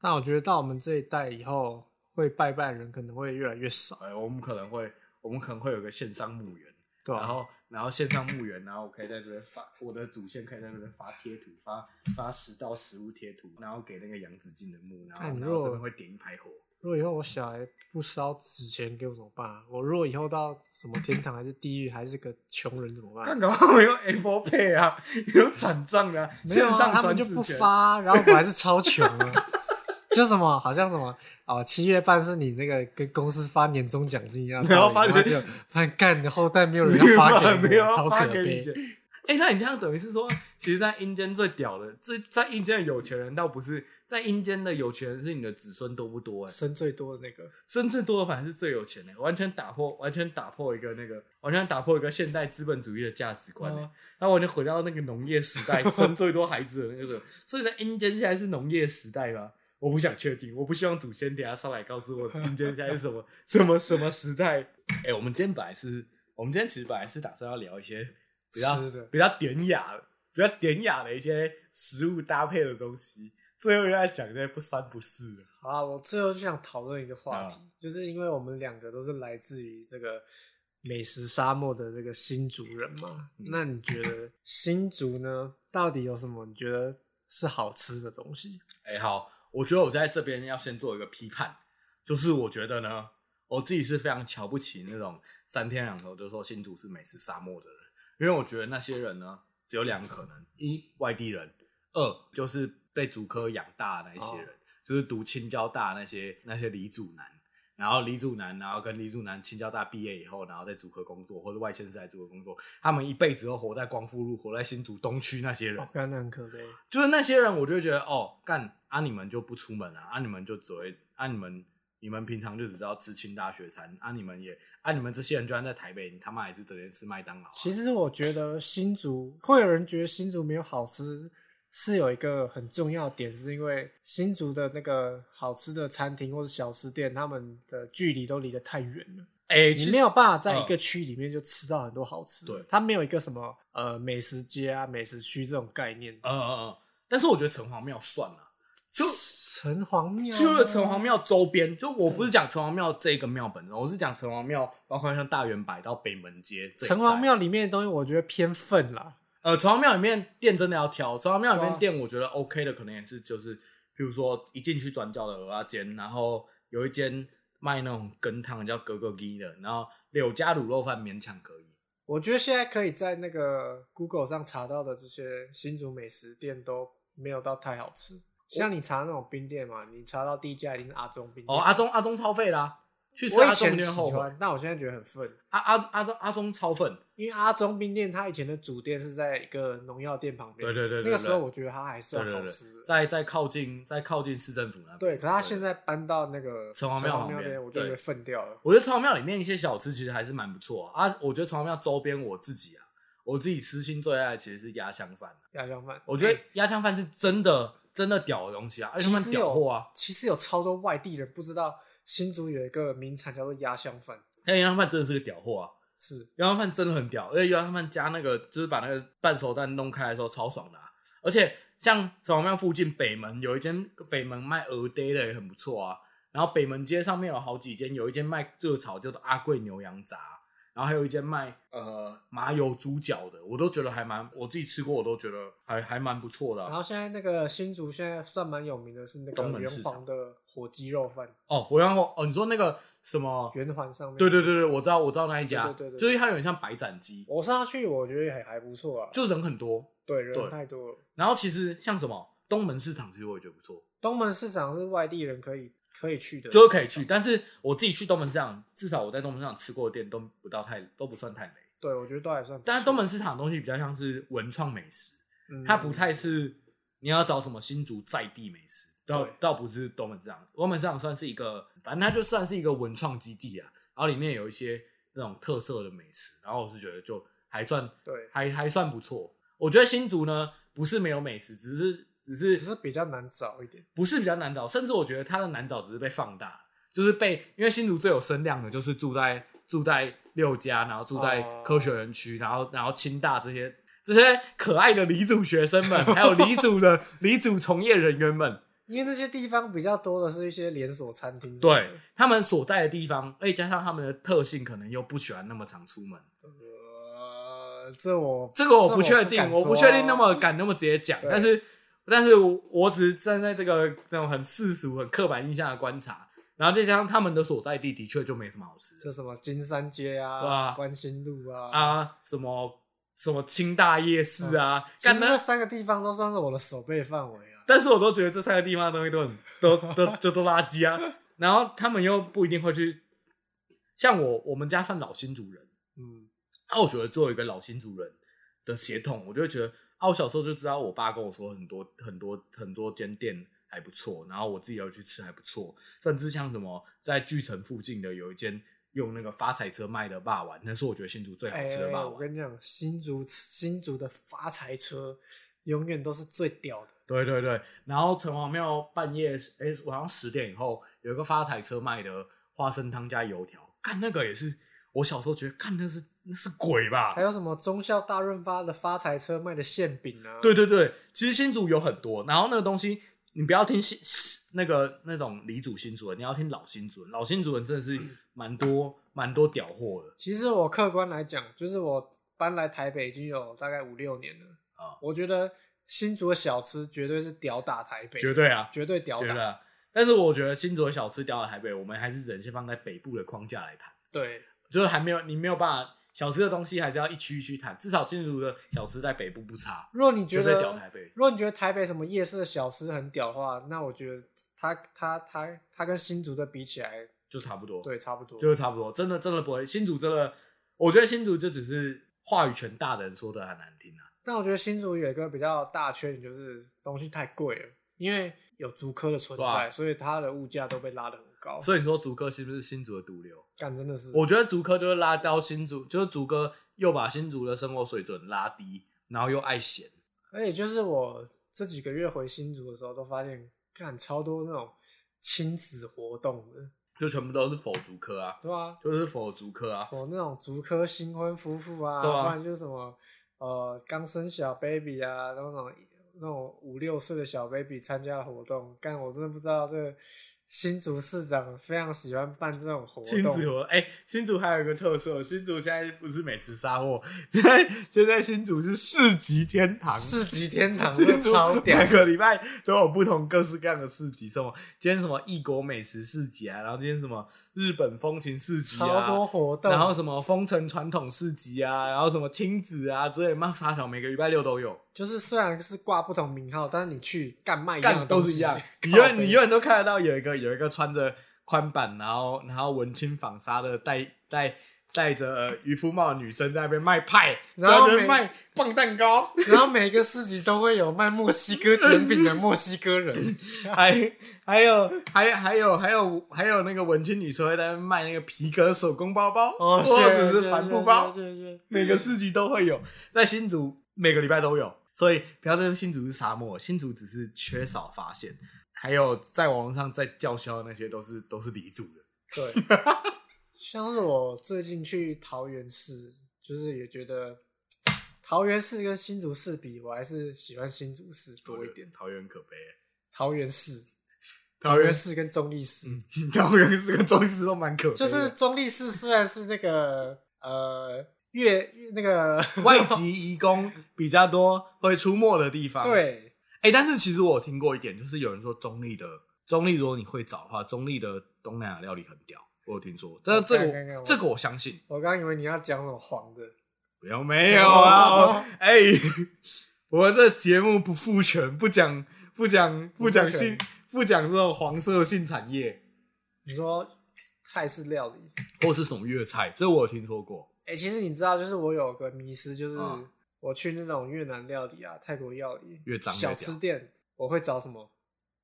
Speaker 2: 但我觉得到我们这一代以后，会拜拜的人可能会越来越少，
Speaker 1: 哎，我们可能会我们可能会有个线上墓园，
Speaker 2: 对吧、
Speaker 1: 然后然后线上墓园，然后我可以在这边发我的祖先可以在这边发贴图，发发十到十物贴图，然后给那个杨子敬的墓，然后
Speaker 2: 干
Speaker 1: 然后这
Speaker 2: 肉
Speaker 1: 边会点一排火。
Speaker 2: 如果以后我小孩不烧纸钱给我怎么办、啊？我如果以后到什么天堂还是地狱还是个穷人怎么办？啊
Speaker 1: 看搞不好有 Apple Pay 啊，有转账的、啊，
Speaker 2: 没
Speaker 1: 线
Speaker 2: 有、啊，
Speaker 1: 上
Speaker 2: 他们
Speaker 1: 转
Speaker 2: 就
Speaker 1: 纸
Speaker 2: 不
Speaker 1: 钱。
Speaker 2: 发，然后我还是超穷啊！ 就什么好像什么哦，七月半是你那个跟公司发年终奖金一样的
Speaker 1: 然后
Speaker 2: 道理，
Speaker 1: 发
Speaker 2: 然后
Speaker 1: 现
Speaker 2: 就发现干的后代 没有人要发给我，
Speaker 1: 没有要
Speaker 2: 超
Speaker 1: 发
Speaker 2: 可
Speaker 1: 给你
Speaker 2: 悲。
Speaker 1: 钱。哎、那你这样等于是说，其实，在阴间最屌的，最在阴间的有钱人，倒不是在阴间的有钱人是你的子孙多不多、哎，
Speaker 2: 生最多的那个，
Speaker 1: 生最多的反而是最有钱的、完全打破，完全打破一个那个，完全打破一个现代资本主义的价值观、哎
Speaker 2: 嗯
Speaker 1: 然后我就回到那个农业时代，生最多孩子的那个，所以在阴间现在是农业时代吗？我不想确定，我不希望祖先等一下上来告诉我阴间现在是什么什么什么时代。哎、我们今天本来是，我们今天其实本来是打算要聊一些比较
Speaker 2: 吃的
Speaker 1: 比较典雅的、比较典雅的一些食物搭配的东西，最后又在讲这些不三不四的。
Speaker 2: 好啊，我最后就想讨论一个话
Speaker 1: 嗯
Speaker 2: 题，就是因为我们两个都是来自于这个美食沙漠的这个新族人嘛。
Speaker 1: 嗯
Speaker 2: 那你觉得新族呢，到底有什么你觉得是好吃的东西？
Speaker 1: 哎、好，我觉得我在这边要先做一个批判，就是我觉得呢，我自己是非常瞧不起那种三天两头就说新竹是美食沙漠的人，因为我觉得那些人呢，只有两个可能：一外地人，二就是被竹科养大的那些人，就是读青交大那些那些李祖男。然后李祖南，然后跟李祖南清交大毕业以后，然后在竹科工作，或者外县市来竹科工作，他们一辈子都活在光复路，活在新竹东区那些人
Speaker 2: 哦，，感觉很可悲。
Speaker 1: 就是那些人，我就会觉得哦，干啊，你们就不出门啊，啊，你们就只会啊，你们你们平常就只知道吃清大学餐啊，你们也啊，你们这些人就算在台北，你他妈也是整天吃麦当劳啊、
Speaker 2: 其实我觉得新竹会有人觉得新竹没有好吃，是有一个很重要的点，是因为新竹的那个好吃的餐厅或者小吃店，他们的距离都离得太远了。
Speaker 1: 哎、其
Speaker 2: 你
Speaker 1: 实
Speaker 2: 没有办法在一个区里面就吃到很多好吃的。
Speaker 1: 对
Speaker 2: 它没有一个什么呃美食街啊、美食区这种概念。
Speaker 1: 呃呃呃，但是我觉得城隍庙算了，就
Speaker 2: 城隍庙啊，
Speaker 1: 去了城隍庙周边，就我不是讲城隍庙这个庙本身，我是讲城隍庙，包括像大圆柏到北门街这一带
Speaker 2: 城隍。庙里面的东西，我觉得偏分啦。
Speaker 1: 呃，城隍庙里面店真的要挑，城隍庙里
Speaker 2: 对
Speaker 1: 面
Speaker 2: 啊
Speaker 1: 店我觉得 OK 的，可能也是就是，比如说一进去转角的鹅啊煎，然后有一间卖那种羹汤叫格格鸡的，然后柳家卤肉饭勉强可以。
Speaker 2: 我觉得现在可以在那个 Google 上查到的这些新竹美食店都没有到太好吃。像你查那种冰店嘛，你查到第一家一定是阿中冰
Speaker 1: 哦，
Speaker 2: 店。
Speaker 1: 阿忠阿忠超废啦、去吃
Speaker 2: 我以
Speaker 1: 阿忠
Speaker 2: 前
Speaker 1: 你
Speaker 2: 喜
Speaker 1: 会后悔。
Speaker 2: 欢，但我现在觉得很愤，
Speaker 1: 阿阿阿忠阿忠超粉，
Speaker 2: 因为阿中冰店它以前的主店是在一个农药店旁边。
Speaker 1: 对对对对对
Speaker 2: 那个时候我觉得它还
Speaker 1: 对
Speaker 2: 算
Speaker 1: 对
Speaker 2: 好
Speaker 1: 对
Speaker 2: 吃的，。
Speaker 1: 在在靠近在靠近市政府那边。
Speaker 2: 对，可是他现在搬到那个
Speaker 1: 城隍庙
Speaker 2: 庙
Speaker 1: 旁边
Speaker 2: 边，我就
Speaker 1: 对
Speaker 2: 觉得粪掉了。
Speaker 1: 我觉得城隍庙里面一些小吃其实还是蛮不错啊。啊我觉得城隍庙周边我自己啊，我自己私心最爱的其实是鸭香饭。啊
Speaker 2: 鸭香饭，哎
Speaker 1: 我觉得哎鸭香饭是真的真的屌的东西啊，而且他们
Speaker 2: 其实有
Speaker 1: 屌货啊！
Speaker 2: 其实有超多外地人不知道新竹有一个名产叫做鸭香饭，
Speaker 1: 那哎鸭香饭真的是个屌货啊！
Speaker 2: 是
Speaker 1: 鸭香饭真的很屌，而且鸭香饭加那个就是把那个半熟蛋弄开的时候超爽的、啊，而且像城隍庙附近北门有一间北门卖鹅呆的也很不错啊，然后北门街上面有好几间，有一间卖热炒叫做阿贵牛羊杂，然后还有一间卖呃麻油猪脚的，我都觉得还蛮我自己吃过，我都觉得还还蛮不错的啊、
Speaker 2: 然后现在那个新竹现在算蛮有名的是那
Speaker 1: 东
Speaker 2: 个
Speaker 1: 门
Speaker 2: 圆
Speaker 1: 市
Speaker 2: 环的火鸡肉饭，
Speaker 1: 哦，我然后哦你说那个什么
Speaker 2: 圆环上面。
Speaker 1: 对对对对，我知道我知道那一家，
Speaker 2: 对对对对
Speaker 1: 就是它有点像白斩鸡，
Speaker 2: 我上次去我觉得还还不错啊，
Speaker 1: 就人很多。
Speaker 2: 对
Speaker 1: 对
Speaker 2: 人太多了。
Speaker 1: 然后其实像什么东门市场，其实我也觉得不错，
Speaker 2: 东门市场是外地人可以可以去的，
Speaker 1: 就是可以去。但是我自己去东门市场，至少我在东门市场吃过的店都不到太都不算太雷。
Speaker 2: 对我觉得都还算不错。
Speaker 1: 但是东门市场的东西比较像是文创美食，
Speaker 2: 嗯
Speaker 1: 它不太是你要找什么新竹在地美食，倒
Speaker 2: 对
Speaker 1: 倒不是东门市场。东门市场算是一个，反正它就算是一个文创基地啊。然后里面有一些那种特色的美食，然后我是觉得就还算
Speaker 2: 对，
Speaker 1: 还还算不错。我觉得新竹呢，不是没有美食，只是只
Speaker 2: 只
Speaker 1: 是
Speaker 2: 是比较难找一点。
Speaker 1: 不是比较难找，甚至我觉得它的难找只是被放大，就是被因为新竹最有声量的就是住在住在六家，然后住在
Speaker 2: 哦
Speaker 1: 科学园区，然后然后清大这些这些可爱的理组学生们，还有理组的理组从业人员们，
Speaker 2: 因为那些地方比较多的是一些连锁餐厅之类的，
Speaker 1: 对他们所在的地方，而且加上他们的特性，可能又不喜欢那么常出门。
Speaker 2: 呃，这我
Speaker 1: 这个我不确定，
Speaker 2: 敢
Speaker 1: 我不
Speaker 2: 说
Speaker 1: 确定那么敢那么直接讲，
Speaker 2: 对
Speaker 1: 但是，但是我我只是站在这个那种很世俗、很刻板印象的观察，然后再加上他们的所在地的确就没什么好吃
Speaker 2: 就
Speaker 1: 的
Speaker 2: 什么金山街
Speaker 1: 对啊
Speaker 2: 啊、关心路啊，嗯
Speaker 1: 啊，什么什么清大夜市啊，
Speaker 2: 其
Speaker 1: 干
Speaker 2: 实这
Speaker 1: 那，
Speaker 2: 三个地方都算是我的手背范围啊。
Speaker 1: 但是我都觉得这三个地方的东西都很都 都就都垃圾啊。然后他们又不一定会去，像我我们家算老新主人，
Speaker 2: 嗯，
Speaker 1: 啊，我觉得作为一个老新主人的血统，我就会觉得，啊，我小时候就知道我爸跟我说很多很多很多间店还不错，然后我自己要去吃还不错，甚至像什么在巨城附近的有一间用那个发财车卖的霸丸，那是我觉得新竹最好
Speaker 2: 哎、
Speaker 1: 吃的霸
Speaker 2: 我
Speaker 1: 丸。
Speaker 2: 跟你讲，新竹新竹的发财车永远都是最屌的。
Speaker 1: 对对对，然后城隍庙半夜哎晚上十点以后有一个发财车卖的花生汤加油条，看那个也是我小时候觉得看那是那是鬼吧，
Speaker 2: 还有什么中校大润发的发财车卖的馅饼啊？
Speaker 1: 对对对，其实新竹有很多，然后那个东西你不要听新那个那种李主新主人，你要听老新主人，老新主人真的是
Speaker 2: 嗯
Speaker 1: 蛮多蛮多屌货的
Speaker 2: 其实我客观来讲，就是我搬来台北已经有大概五六年了
Speaker 1: 啊
Speaker 2: 我觉得新竹的小吃绝对是屌打台北，
Speaker 1: 绝对啊，
Speaker 2: 绝对屌
Speaker 1: 绝对
Speaker 2: 打。
Speaker 1: 啊。但是我觉得新竹的小吃屌的台北，我们还是只能先放在北部的框架来谈，
Speaker 2: 对，
Speaker 1: 就是还没有你没有办法小吃的东西还是要一区一区谈，至少新竹的小吃在北部不差，
Speaker 2: 如果你觉
Speaker 1: 绝
Speaker 2: 得
Speaker 1: 对屌台北。
Speaker 2: 如果你觉得台北什么夜市的小吃很屌的话，那我觉得它它它它跟新竹的比起来，
Speaker 1: 就差不多，
Speaker 2: 对，差不多。
Speaker 1: 就是差不多，真的真的不会。新竹真的，我觉得新竹就只是话语权大的人说的很难听啊。
Speaker 2: 但我觉得新竹有一个比较大的缺点，就是东西太贵了，因为有竹科的存
Speaker 1: 对啊
Speaker 2: 在，所以它的物价都被拉得很高。
Speaker 1: 所以你说竹科是不是新竹的毒瘤？
Speaker 2: 干真的是，
Speaker 1: 我觉得竹科就是拉到新竹，就是竹科又把新竹的生活水准拉低，然后又爱闲。
Speaker 2: 而且就是我这几个月回新竹的时候，都发现干超多那种亲子活动的，
Speaker 1: 就全部都是否竹科啊，
Speaker 2: 对啊，
Speaker 1: 就是否竹科啊，
Speaker 2: 有那种竹科新婚夫妇啊，
Speaker 1: 对啊
Speaker 2: 不然就是什么呃刚生小 baby 啊，然后那种那种五六岁的小 baby 参加的活动，干我真的不知道这个新竹市长非常喜欢办这种活
Speaker 1: 新
Speaker 2: 动，
Speaker 1: 竹哎、新竹还有一个特色，新竹现在不是美食沙漠， 现在现在新竹是市集天堂，
Speaker 2: 市集天堂
Speaker 1: 新
Speaker 2: 真的
Speaker 1: 竹
Speaker 2: 超屌
Speaker 1: 每，个礼拜都有不同各式各样的市集，什么今天什么异国美食市集啊，然后今天什么日本风情市集啊，
Speaker 2: 超多活动，
Speaker 1: 然后什么丰城传统市集啊，然后什么亲子啊之类的，妈傻小，每个礼拜六都有，
Speaker 2: 就是虽然是挂不同名号，但是你去干卖一样
Speaker 1: 干
Speaker 2: 的
Speaker 1: 都
Speaker 2: 东
Speaker 1: 是
Speaker 2: 西，
Speaker 1: 一样 你
Speaker 2: 靠
Speaker 1: 永
Speaker 2: 北
Speaker 1: 远你永远都看得到有一个有一个穿着宽版，然后然后文青纺纱的戴戴戴着呃渔夫帽的女生在那边卖派，
Speaker 2: 然
Speaker 1: 在那
Speaker 2: 后
Speaker 1: 边
Speaker 2: 每
Speaker 1: 卖棒蛋 糕，
Speaker 2: 然后每个市集都会有卖墨西哥甜饼的墨西 哥人，
Speaker 1: 还还有还还有还有还有那个文青女生会在那边卖那个皮革手工包包，
Speaker 2: 哦，
Speaker 1: 或
Speaker 2: 谢
Speaker 1: 者
Speaker 2: 谢
Speaker 1: 是帆布包，
Speaker 2: 谢谢谢 谢。
Speaker 1: 每个市集都会有，在新竹每个礼拜都有，所以不要再说新竹是沙漠，新竹只是缺少发现，还有在网络上在叫嚣的那些都是都是离组的，
Speaker 2: 对，像是我最近去桃园市，就是也觉得桃园市跟新竹市比，我还是喜欢新竹市多一点。
Speaker 1: 桃园可悲，
Speaker 2: 桃园
Speaker 1: 桃
Speaker 2: 市，
Speaker 1: 嗯
Speaker 2: 桃园
Speaker 1: 园是
Speaker 2: 市跟中立市，
Speaker 1: 桃园是跟中市都蛮可悲的，
Speaker 2: 就是中立市虽然是那个呃越 那个
Speaker 1: 外籍移工比较多会出没的地方，。
Speaker 2: 对
Speaker 1: 哎、但是其实我有听过一点，就是有人说中立的中立，如果你会找的话，中立的东南亚料理很屌，我有听说。这这
Speaker 2: 看看看
Speaker 1: 个
Speaker 2: 我
Speaker 1: 这个我相信，
Speaker 2: 我刚以为你要讲什么黄的，
Speaker 1: 没有没有啊！哎、 我们这节目不父权，不讲不讲不讲
Speaker 2: 不父
Speaker 1: 性
Speaker 2: 权，
Speaker 1: 不讲这种黄色性产业
Speaker 2: 你说泰式料理。
Speaker 1: 或是什么粤菜，这我有听说过。
Speaker 2: 哎、其实你知道，就是我有个迷失，就是
Speaker 1: 嗯
Speaker 2: 我去那种越南料理啊、泰国料理、
Speaker 1: 越脏越
Speaker 2: 小
Speaker 1: 屌
Speaker 2: 吃店，我会找什么？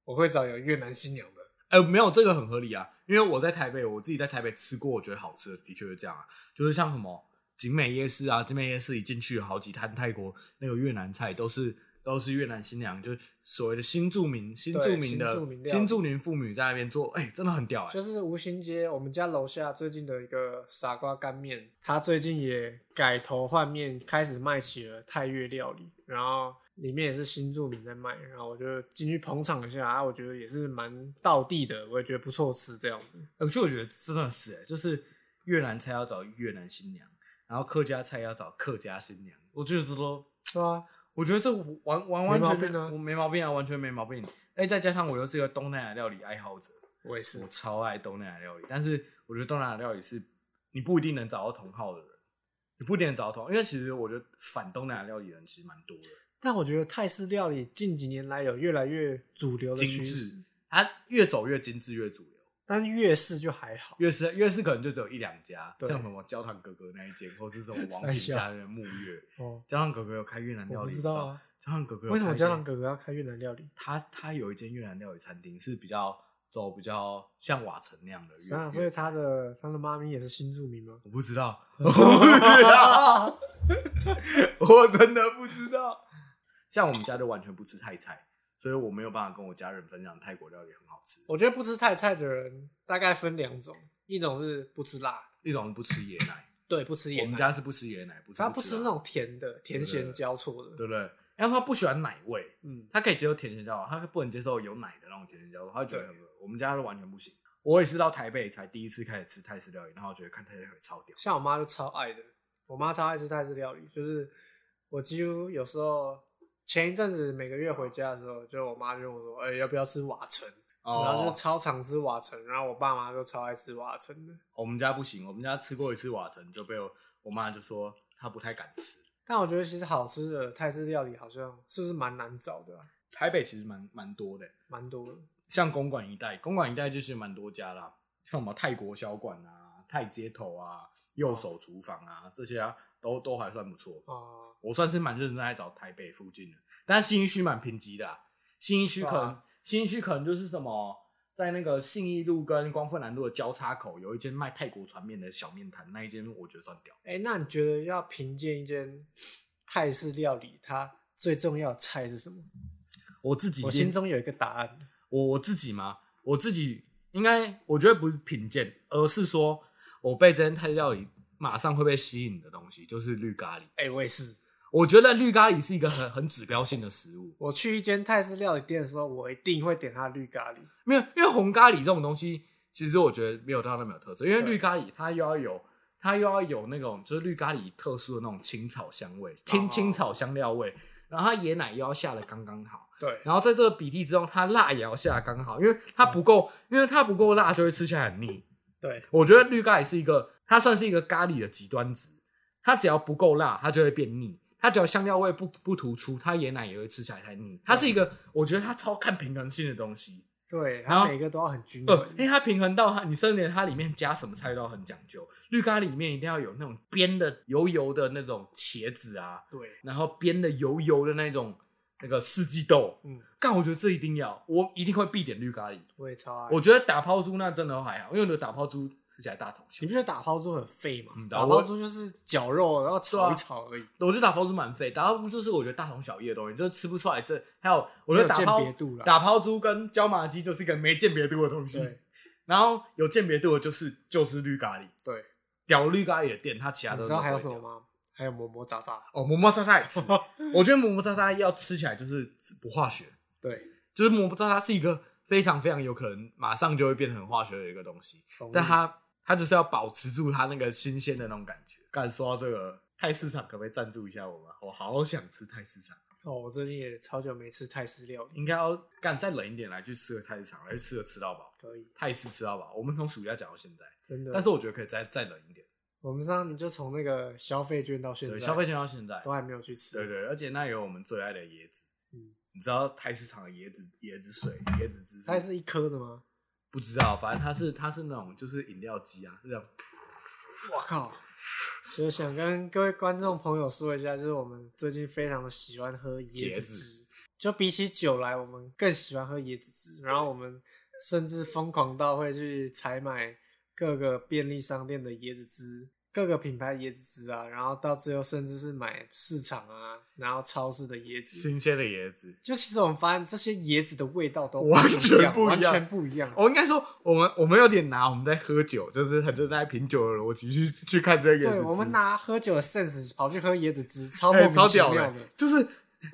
Speaker 2: 我会找有越南新娘的。
Speaker 1: 哎、没有这个很合理啊，因为我在台北，我自己在台北吃过，我觉得好吃的，的确是这样啊，就是像什么景美夜市啊，景美夜市一进去有好几摊泰国那个越南菜，都是都是越南新娘，就是所谓的新住民，新住民的
Speaker 2: 新住民料理
Speaker 1: 新住民妇女在那边做，哎、真的很屌哎、
Speaker 2: 就是吴兴街，我们家楼下最近的一个傻瓜干面，他最近也改头换面，开始卖起了泰越料理，然后里面也是新住民在卖，然后我就进去捧场一下啊，我觉得也是蛮道地的，我也觉得不错吃这样子。
Speaker 1: 而呃且我觉得真的是、欸，就是越南菜要找越南新娘，然后客家菜要找客家新娘，我觉得这都，
Speaker 2: 是啊，
Speaker 1: 我觉得这完完完全
Speaker 2: 没毛病啊
Speaker 1: 我没毛病啊，完全没毛病。哎、再加上我又是一个东南亚料理爱好者，
Speaker 2: 我也是
Speaker 1: 我。超爱东南亚料理，但是我觉得东南亚料理是你不一定能找到同好的人，你不点早头，因为其实我觉得反东南亚料理人其实蛮多的，
Speaker 2: 但我觉得泰式料理近几年来有越来越主流的
Speaker 1: 精
Speaker 2: 趋势，
Speaker 1: 致，它越走越精致越主流。
Speaker 2: 但粤式就还好。
Speaker 1: 越是越是可能就只有一两家，
Speaker 2: 对
Speaker 1: 像什么焦糖哥哥那一间，或 是什么王
Speaker 2: 三
Speaker 1: 品
Speaker 2: 小
Speaker 1: 家的木月。
Speaker 2: 哦，
Speaker 1: 焦糖哥哥有开越南
Speaker 2: 我
Speaker 1: 料
Speaker 2: 不
Speaker 1: 理，
Speaker 2: 知道啊，
Speaker 1: 焦糖哥哥有
Speaker 2: 为什么
Speaker 1: 开一
Speaker 2: 家
Speaker 1: 间
Speaker 2: 长哥哥要开越南料理？
Speaker 1: 他他有一间越南料理餐厅是比较走比较像瓦城那样的越
Speaker 2: 啊，所以嗯
Speaker 1: 越
Speaker 2: 他的他的妈咪也是新住民吗？
Speaker 1: 我不知 道，我不知道，我真的不知道。像我们家就完全不吃泰菜，所以我没有办法跟我家人分享泰国料理很好吃。
Speaker 2: 我觉得不吃泰菜的人大概分两种，一种是不吃辣，
Speaker 1: 一种不吃椰奶，
Speaker 2: 对，不吃
Speaker 1: 我
Speaker 2: 盐
Speaker 1: 们
Speaker 2: 奶，
Speaker 1: 家是不吃椰奶，不吃
Speaker 2: 他不吃
Speaker 1: 吃辣，
Speaker 2: 那种甜的，甜咸交错的。
Speaker 1: 对不对？然后他不喜欢奶味，
Speaker 2: 嗯，
Speaker 1: 他可以接受甜咸椒，他不能接受有奶的那种甜咸椒，他觉得很恶。我们家都完全不行。我也是到台北才第一次开始吃泰式料理，然后我觉得看泰式料理超屌。
Speaker 2: 像我妈就超爱的，我妈超爱吃泰式料理，就是我几乎有时候前一阵子每个月回家的时候，就我妈就问我说：“哎、要不要吃瓦城？”然
Speaker 1: 哦
Speaker 2: 后就超常吃瓦城，然后我爸妈就超爱吃瓦城的。
Speaker 1: 我们家不行，我们家吃过一次瓦城就被我我妈就说她不太敢吃。
Speaker 2: 但我觉得其实好吃的泰式料理好像是不是蛮难找的、啊，
Speaker 1: 台北其实蛮蛮多的，
Speaker 2: 蛮多的。
Speaker 1: 像公馆一带，公馆一带就是蛮多家啦，像什么泰国小馆啊、泰街头啊、右手厨房啊这些啊，都都还算不错。
Speaker 2: 哦、
Speaker 1: 我算是蛮认真在找台北附近的，但新一区蛮贫瘠的、啊，新一区可能、
Speaker 2: 对啊
Speaker 1: 新一区可能就是什么。在那个信义路跟光复南路的交叉口，有一间卖泰国船面的小面摊，那一间我觉得算屌。
Speaker 2: 哎、那你觉得要评鉴一间 泰式料理，它最重要的菜是什么？
Speaker 1: 我自己
Speaker 2: 我
Speaker 1: 心
Speaker 2: 心中有一个答案。
Speaker 1: 我我自己吗？我自己应该，我觉得不是品鉴，而是说我被这间泰料理马上会被吸引的东西，就是绿咖喱。
Speaker 2: 哎、我也是。
Speaker 1: 我觉得绿咖喱是一个很很指标性的食物，
Speaker 2: 我去一间泰式料理店的时候，我一定会点它的绿咖喱。
Speaker 1: 没有，因为红咖喱这种东西，其实我觉得没有到那么有特色，因为
Speaker 2: 对
Speaker 1: 绿咖喱它又要有。它又要有那种就是绿咖喱特殊的那种青草香味，青
Speaker 2: 哦
Speaker 1: 青草香料味，然后它椰奶又要下的刚刚好，
Speaker 2: 对，
Speaker 1: 然后在这个比例之中，它辣也要下得刚好，因为它不够，因为它不够辣就会吃起来很腻，
Speaker 2: 对，
Speaker 1: 我觉得绿咖喱是一个，它算是一个咖喱的极端值。它只要不够辣，它就会变腻；它只要香料味不不突出，它椰奶也会吃起来太腻。它是一个，我觉得它超看平衡性的东西。
Speaker 2: 对，
Speaker 1: 然
Speaker 2: 它
Speaker 1: 后
Speaker 2: 每个都要很均
Speaker 1: 呃，因
Speaker 2: 衡。
Speaker 1: 为它平衡到它，你甚至连它里面加什么菜都要很讲究。绿咖喱里面一定要有那种煸的油油的那种茄子啊，
Speaker 2: 对，
Speaker 1: 然后煸的油油的那种那个四季豆。
Speaker 2: 嗯，
Speaker 1: 干，我觉得这一定要，我一定会必点绿咖喱。
Speaker 2: 我也超爱。
Speaker 1: 我觉得打抛猪那真的还好，因为我的打抛猪吃起来大同小异。
Speaker 2: 你不觉得打抛猪很废吗？
Speaker 1: 嗯
Speaker 2: 打
Speaker 1: 我
Speaker 2: 抛猪就是绞肉，然后炒
Speaker 1: 啊
Speaker 2: 一炒而已。
Speaker 1: 我觉得打抛猪蛮废，打抛猪就是我觉得大同小异的东西，就是吃不出来这。还有，我
Speaker 2: 没
Speaker 1: 觉
Speaker 2: 有
Speaker 1: 得打
Speaker 2: 鉴
Speaker 1: 抛
Speaker 2: 别度啦
Speaker 1: 打抛猪跟椒麻鸡就是一个没鉴别度的东西
Speaker 2: 对，
Speaker 1: 然后有鉴别度的就是就是绿咖喱，
Speaker 2: 对，
Speaker 1: 屌绿咖喱的店，它其他
Speaker 2: 你
Speaker 1: 都
Speaker 2: 知道还有什么？吗？还有磨磨渣渣。
Speaker 1: 哦，磨磨渣渣也是，我觉得磨磨渣渣要吃起来就是不化学，
Speaker 2: 对，
Speaker 1: 就是磨磨渣渣是一个非常非常有可能马上就会变成化学的一个东西，
Speaker 2: 同意
Speaker 1: 但它它就是要保持住它那个新鲜的那种感觉。刚才说到这个泰市场，可不可以赞助一下我们？我好想吃泰市场。
Speaker 2: 哦，我最近也超久没吃泰式料理，
Speaker 1: 应该要干再冷一点来去吃个泰式肠，来去吃个吃到饱，
Speaker 2: 可以，
Speaker 1: 泰式吃到饱。我们从暑假讲到现在，
Speaker 2: 真的。
Speaker 1: 但是我觉得可以再再冷一点，
Speaker 2: 我们上次就从那个消费券到现在，
Speaker 1: 对，消费券到现在，
Speaker 2: 都还没有去吃。
Speaker 1: 对对，而且那有我们最爱的椰子，
Speaker 2: 嗯
Speaker 1: 你知道泰式肠的椰子椰子水、椰子汁，
Speaker 2: 它是一颗的吗？
Speaker 1: 不知道，反正它是它是那种就是饮料机啊，这样
Speaker 2: 我靠！所以想跟各位观众朋友说一下，就是我们最近非常的喜欢喝椰
Speaker 1: 椰
Speaker 2: 子
Speaker 1: 子
Speaker 2: 汁，就比起酒来，我们更喜欢喝椰子汁。然后我们甚至疯狂到会去采买各个便利商店的椰子汁，各个品牌椰子汁啊，然后到最后甚至是买市场啊，然后超市的椰子。
Speaker 1: 新鲜的椰子。
Speaker 2: 就其实我们发现这些椰子的味道都
Speaker 1: 完全不
Speaker 2: 不
Speaker 1: 一样哦
Speaker 2: 一样完全不一样。
Speaker 1: 我应该说，我们我们有点拿我们在喝酒，就是很就是在品酒的逻辑去去看这个椰子汁。
Speaker 2: 对，我们拿喝酒的 sense 跑去喝椰子汁，超莫
Speaker 1: 哎，
Speaker 2: 名
Speaker 1: 超
Speaker 2: 其
Speaker 1: 屌
Speaker 2: 妙
Speaker 1: 的
Speaker 2: 的。，
Speaker 1: 就是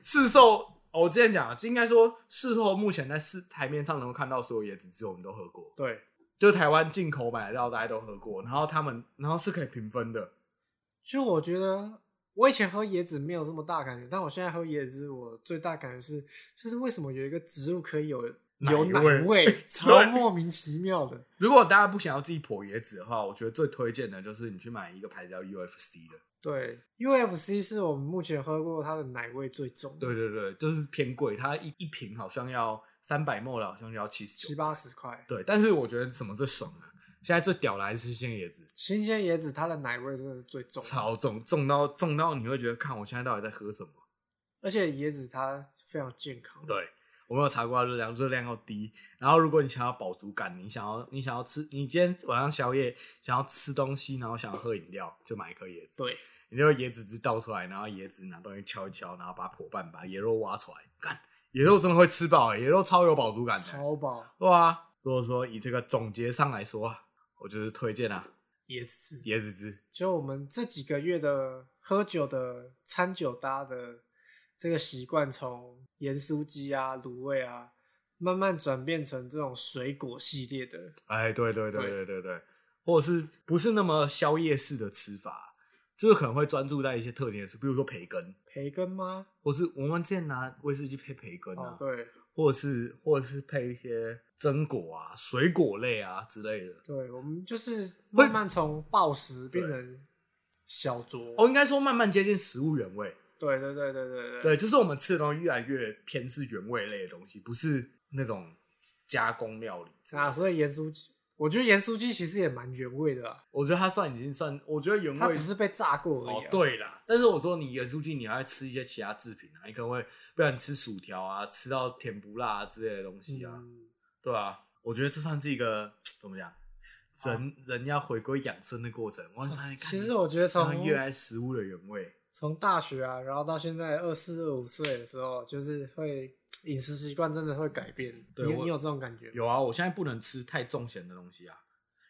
Speaker 1: 市售。哦我之前讲，应该说市售目前在市台面上能够看到所有椰子汁，我们都喝过，
Speaker 2: 对，
Speaker 1: 就台湾进口买得到，大家都喝过。然后他们，然后是可以评分的，
Speaker 2: 就我觉得，我以前喝椰子没有这么大感觉，但我现在喝椰子，我最大感觉是，就是为什么有一个植物可以有有
Speaker 1: 奶
Speaker 2: 奶
Speaker 1: 味
Speaker 2: 味， 超莫名其妙的。
Speaker 1: 如果大家不想要自己剖椰子的话，我觉得最推荐的就是你去买一个牌子叫 UFC 的。
Speaker 2: 对，UFC 是我们目前喝过它的奶味最重的，
Speaker 1: 对对对，就是偏贵，它一一瓶好像要三百沫了，好像就要七十
Speaker 2: 七
Speaker 1: 九。
Speaker 2: 八十块。
Speaker 1: 对，但是我觉得什么最爽啊？现在最屌来是鲜椰子，
Speaker 2: 新鲜椰子它的奶味真的是最重的，
Speaker 1: 超重，重到重到你会觉得，看我现在到底在喝什么？
Speaker 2: 而且椰子它非常健康。
Speaker 1: 对，我没有查过它热量，热量要低。然后如果你想要饱足感，你想要你想要吃，你今天晚上宵夜想要吃东西，然后想要喝饮料，就买一颗椰子。
Speaker 2: 对，
Speaker 1: 你就椰子汁倒出来，然后椰子拿东西敲一敲，然后把它破半，把椰肉挖出来，干椰肉真的会吃饱、欸，椰肉超有饱足感的，
Speaker 2: 超饱
Speaker 1: 对啊。如果说以这个总结上来说啊，我就是推荐啊
Speaker 2: 椰子汁。
Speaker 1: 椰子汁，
Speaker 2: 就我们这几个月的喝酒的餐酒搭的这个习惯，从盐酥鸡啊、卤味啊，慢慢转变成这种水果系列的。
Speaker 1: 哎，对对对对
Speaker 2: 对
Speaker 1: 对对，或者是不是那么宵夜式的吃法，就是可能会专注在一些特定的吃，比如说培根，
Speaker 2: 培根吗？
Speaker 1: 或是我们之前拿威士忌配培根
Speaker 2: 哦
Speaker 1: 啊，，
Speaker 2: 对
Speaker 1: 或者是或者是配一些榛果啊、水果类啊之类的。
Speaker 2: 对，我们就是慢慢从暴食变成小酌。
Speaker 1: 哦，应该说慢慢接近食物原味。
Speaker 2: 对对对对对
Speaker 1: 对，就是我们吃的东西越来越偏是原味类的东西，不是那种加工料理。
Speaker 2: 啊，所以盐酥鸡，我觉得盐酥鸡其实也蛮原味的啊，
Speaker 1: 我觉得它算已经算，我觉得原
Speaker 2: 它
Speaker 1: 味
Speaker 2: 只是被炸过而已、
Speaker 1: 哦
Speaker 2: 啊。，
Speaker 1: 对啦。但是我说你盐酥鸡，你还要吃一些其他制品啊，你可能会不然吃薯条啊，吃到甜不辣啊之类的东西啊，
Speaker 2: 嗯，
Speaker 1: 对啊。我觉得这算是一个怎么讲，人、人要回归养生的过程。我发现，
Speaker 2: 哦其实我觉得
Speaker 1: 从
Speaker 2: 从
Speaker 1: 越来食物的原味，
Speaker 2: 从大学啊，然后到现在二四二五岁的时候，就是会饮食习惯真的会改变。
Speaker 1: 对
Speaker 2: 你
Speaker 1: 我
Speaker 2: 你有这种感觉吗？
Speaker 1: 有啊，我现在不能吃太重咸的东西啊。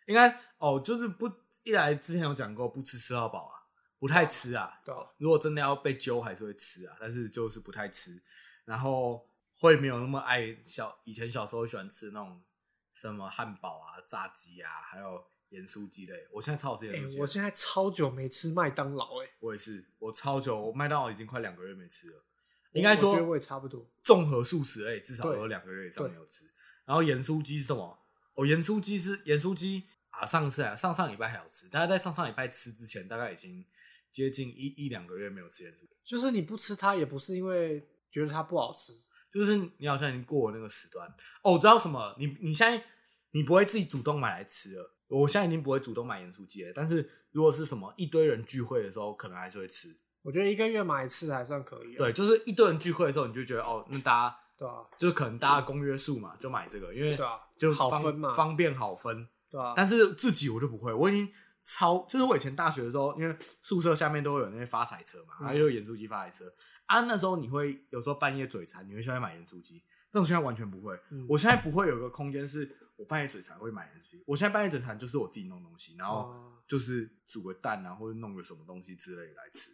Speaker 1: 应该哦，就是不一来之前有讲过，不吃吃到饱啊，不太吃啊。
Speaker 2: 对啊
Speaker 1: 如果真的要被揪，还是会吃啊，但是就是不太吃。然后会没有那么爱小以前小时候喜欢吃那种什么汉堡啊、炸鸡啊，还有盐酥鸡类。我现在超好吃
Speaker 2: 哎、
Speaker 1: 盐酥鸡
Speaker 2: 我
Speaker 1: 了，
Speaker 2: 现在超久没吃麦当劳哎、
Speaker 1: 我也是，我超久，我麦当劳已经快两个月没吃了。应该说
Speaker 2: 我觉得我也差不多。
Speaker 1: 综合素食类至少
Speaker 2: 对
Speaker 1: 有两个月以上
Speaker 2: 对
Speaker 1: 没有吃。然后盐酥鸡是什么？哦，盐酥鸡是盐酥鸡啊，上次啊上上礼拜还有吃，但是在上上礼拜吃之前，大概已经接近一一两个月没有吃盐酥鸡，
Speaker 2: 就是你不吃它，也不是因为觉得它不好吃，
Speaker 1: 就是你好像已经过了那个时段。哦，我知道什么，你你现在你不会自己主动买来吃了。我现在已经不会主动买盐酥鸡了，但是如果是什么一堆人聚会的时候，可能还是会吃。
Speaker 2: 我觉得一个月买一次还算可以、啊。
Speaker 1: 对，就是一堆人聚会的时候，你就觉得哦，那大家
Speaker 2: 对啊，
Speaker 1: 就是可能大家公约数嘛，就买这个，因为
Speaker 2: 对啊，
Speaker 1: 就
Speaker 2: 好
Speaker 1: 方
Speaker 2: 分嘛
Speaker 1: 方便好分。
Speaker 2: 对啊。
Speaker 1: 但是自己我就不会，我已经超，就是我以前大学的时候，因为宿舍下面都会有那些发财车嘛，
Speaker 2: 嗯
Speaker 1: 还有盐酥鸡发财车啊。那时候你会有时候半夜嘴馋，你会下去买盐酥鸡，但我现在完全不会。
Speaker 2: 嗯
Speaker 1: 我现在不会有一个空间是我半夜嘴馋会买盐酥鸡，我现在半夜嘴馋就是我自己弄东西，然后
Speaker 2: 哦
Speaker 1: 就是煮个蛋啊，或者弄个什么东西之类来吃。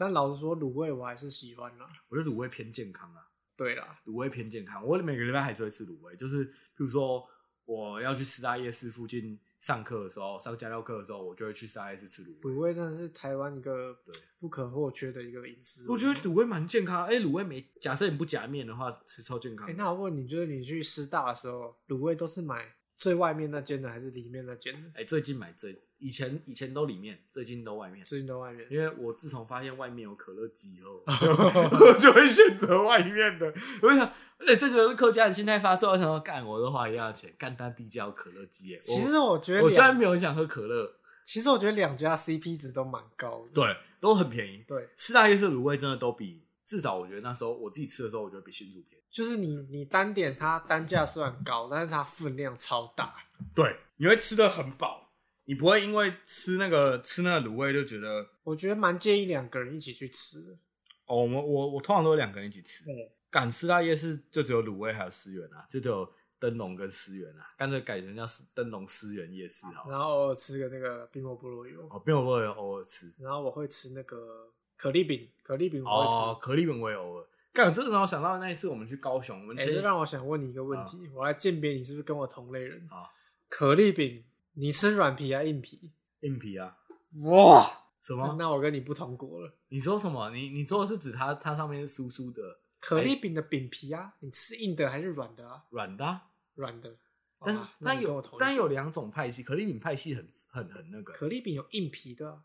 Speaker 2: 但老实说，卤味我还是喜欢啦。
Speaker 1: 我觉得卤味偏健康啊。
Speaker 2: 对啦，
Speaker 1: 卤味偏健康。我每个礼拜还是会吃卤味，就是譬如说我要去师大夜市附近上课的时候，上家教课的时候，我就会去师大夜市吃卤
Speaker 2: 卤
Speaker 1: 味。
Speaker 2: 味真的是台湾一个
Speaker 1: 对
Speaker 2: 不可或缺的一个饮食文化。
Speaker 1: 我觉得卤味蛮健康，哎、卤味没假设你不夹面的话，吃超健康
Speaker 2: 哎、
Speaker 1: 的。
Speaker 2: 那我问你，就是你去师大的时候，卤味都是买最外面那间的，还是里面那间的？
Speaker 1: 哎、最近买最以前以前都里面，最近都外面。
Speaker 2: 最近都外面。
Speaker 1: 因为我自从发现外面有可乐鸡以 后，我就会选择外面的。我想，而且这个客家人心态发作，我想说，干我都花一样的钱，干他低价有可乐鸡、哎，
Speaker 2: 其实我觉
Speaker 1: 我
Speaker 2: 得
Speaker 1: 我居然
Speaker 2: 两，
Speaker 1: 没有很想喝可乐，
Speaker 2: 其实我觉得两家 CP 值都蛮高的。
Speaker 1: 对，都很便宜。
Speaker 2: 对，
Speaker 1: 四大夜市卤味真的都比，至少我觉得那时候我自己吃的时候，我觉得比新竹便宜。
Speaker 2: 就是你你单点它单价虽然高，但是它分量超大。
Speaker 1: 对，你会吃的很饱，你不会因为吃那个吃那个卤味就觉得
Speaker 2: 我觉得蛮建议两个人一起去吃的。
Speaker 1: 哦，我们我我通常都会两个人一起吃。
Speaker 2: 对，
Speaker 1: 赶四大夜市就只有卤味还有思源啊，就只有灯笼跟思源啊，干脆改成叫思灯笼思源夜市好了。
Speaker 2: 然后偶尔吃个那个冰火菠萝油，
Speaker 1: 哦，并不会偶尔吃
Speaker 2: 然后我会吃那个可丽饼，可丽饼嗯我会
Speaker 1: 哦
Speaker 2: 吃。，
Speaker 1: 可丽饼我也偶尔。干，这让我想到那一次我们去高雄，我们
Speaker 2: 哎、
Speaker 1: 前
Speaker 2: 这让我想问你一个问题，我来鉴别你是不是跟我同类人。
Speaker 1: 啊
Speaker 2: 可丽饼，你吃软皮还硬皮？
Speaker 1: 硬皮啊
Speaker 2: 哇，
Speaker 1: 什么？
Speaker 2: 那我跟你不同国了。
Speaker 1: 你说什么？你你说的是指它它上面是酥酥的，
Speaker 2: 可丽饼的饼皮啊，你吃硬的还是软的啊？
Speaker 1: 软的、啊。
Speaker 2: 软的。好
Speaker 1: 但是
Speaker 2: 吧那
Speaker 1: 但
Speaker 2: 你跟我
Speaker 1: 有
Speaker 2: 同意
Speaker 1: 但有两种派系，可丽饼派系很很很那个。
Speaker 2: 可丽饼有硬皮的
Speaker 1: 嗯
Speaker 2: 啊，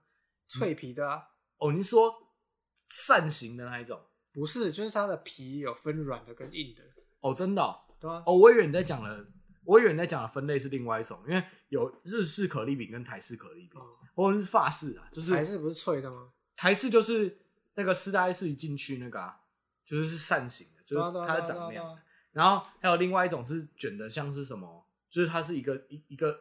Speaker 2: 脆皮的啊，
Speaker 1: 哦，你说扇形的那一种？
Speaker 2: 不是，就是它的皮有分软的跟硬的，
Speaker 1: 哦，真的哦。
Speaker 2: 对吧？
Speaker 1: 哦，我以为你在讲了，我以为你在讲的分类是另外一种，因为有日式可丽饼跟台式可丽饼，
Speaker 2: 哦，
Speaker 1: 或者是法式啊，就是
Speaker 2: 还是不是脆的吗？
Speaker 1: 台式就是那个四大一式一进去那个、啊，就是是扇形的，就
Speaker 2: 对啊
Speaker 1: 是
Speaker 2: 对啊
Speaker 1: 它
Speaker 2: 对
Speaker 1: 的
Speaker 2: 啊
Speaker 1: 长那
Speaker 2: 对啊
Speaker 1: 样。
Speaker 2: 对啊
Speaker 1: 然后还有另外一种是卷的，像是什么，就是它是一个一一个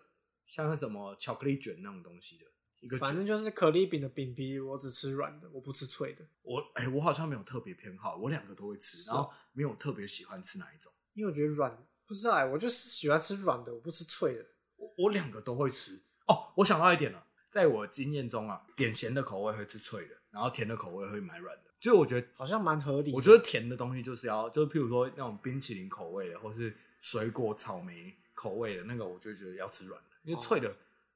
Speaker 1: 像是什么巧克力卷那种东西的一个
Speaker 2: 反
Speaker 1: 卷。
Speaker 2: 正就是可丽饼的饼皮，我只吃软的，我不吃脆的，
Speaker 1: 我哎、我好像没有特别偏好，我两个都会吃，
Speaker 2: 是哦
Speaker 1: 然后没有特别喜欢吃哪一种。
Speaker 2: 因为我觉得软不知道哎、我就是喜欢吃软的，我不吃脆的。
Speaker 1: 我我两个都会吃。哦，我想到一点了，在我经验中啊，点咸的口味会吃脆的，然后甜的口味会买软的。就是我觉得
Speaker 2: 好像蛮合理的
Speaker 1: 我觉得甜的东西就是要，就是譬如说那种冰淇淋口味的，或是水果草莓口味的那个，我就觉得要吃软的，因为脆的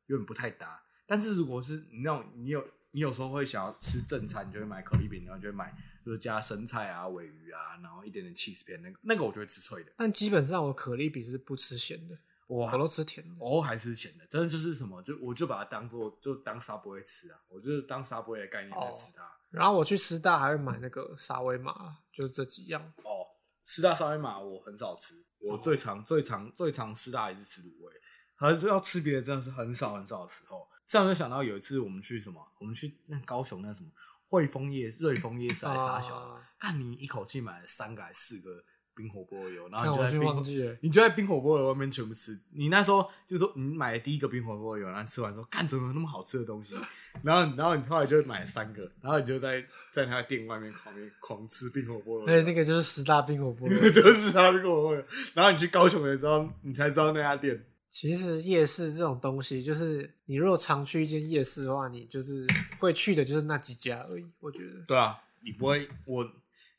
Speaker 1: 有点不太搭。但是如果是你那种你有你有时候会想要吃正餐，你就会买可丽饼，然后就会买就是加生菜啊、尾鱼啊，然后一点点 cheese 片那个那个我就会吃脆的，
Speaker 2: 但基本上我可丽饼是不吃咸的，
Speaker 1: 我
Speaker 2: 我都吃甜的。
Speaker 1: 偶尔还是咸的，真的就是什么就我就把它当做就当 Subway 吃啊，我就是当 Subway 的概念在吃它。
Speaker 2: 然后我去师大还会买那个沙威玛，就是这几样。
Speaker 1: 哦，师大沙威玛我很少吃，我
Speaker 2: 哦
Speaker 1: 最常、最常最常师大也是吃卤味，很要吃别的真的是很少很少的时候。这样就想到有一次我们去什么，我们去那高雄那什么汇丰夜瑞丰夜市还是啥小的，
Speaker 2: 啊
Speaker 1: 看、你一口气买了三个还是四个冰火锅油，然后啊
Speaker 2: 看
Speaker 1: 你就
Speaker 2: 我
Speaker 1: 在
Speaker 2: 就
Speaker 1: 冰
Speaker 2: 忘记了，
Speaker 1: 你就在冰火锅的外面全部吃。你那时候就说你买了第一个冰火锅有，然后吃完说干怎么有那么好吃的东西？然后然后你后来就买了三个，然后你就在在他的店外面狂狂吃冰火锅。
Speaker 2: 哎，那个就是师大冰火 锅。
Speaker 1: 就是他冰火锅，然后你去高雄的时候，你才知道那家店。
Speaker 2: 其实夜市这种东西，就是你如果常去一间夜市的话，你就是会去的就是那几家而已。我觉得
Speaker 1: 对啊，你不会我，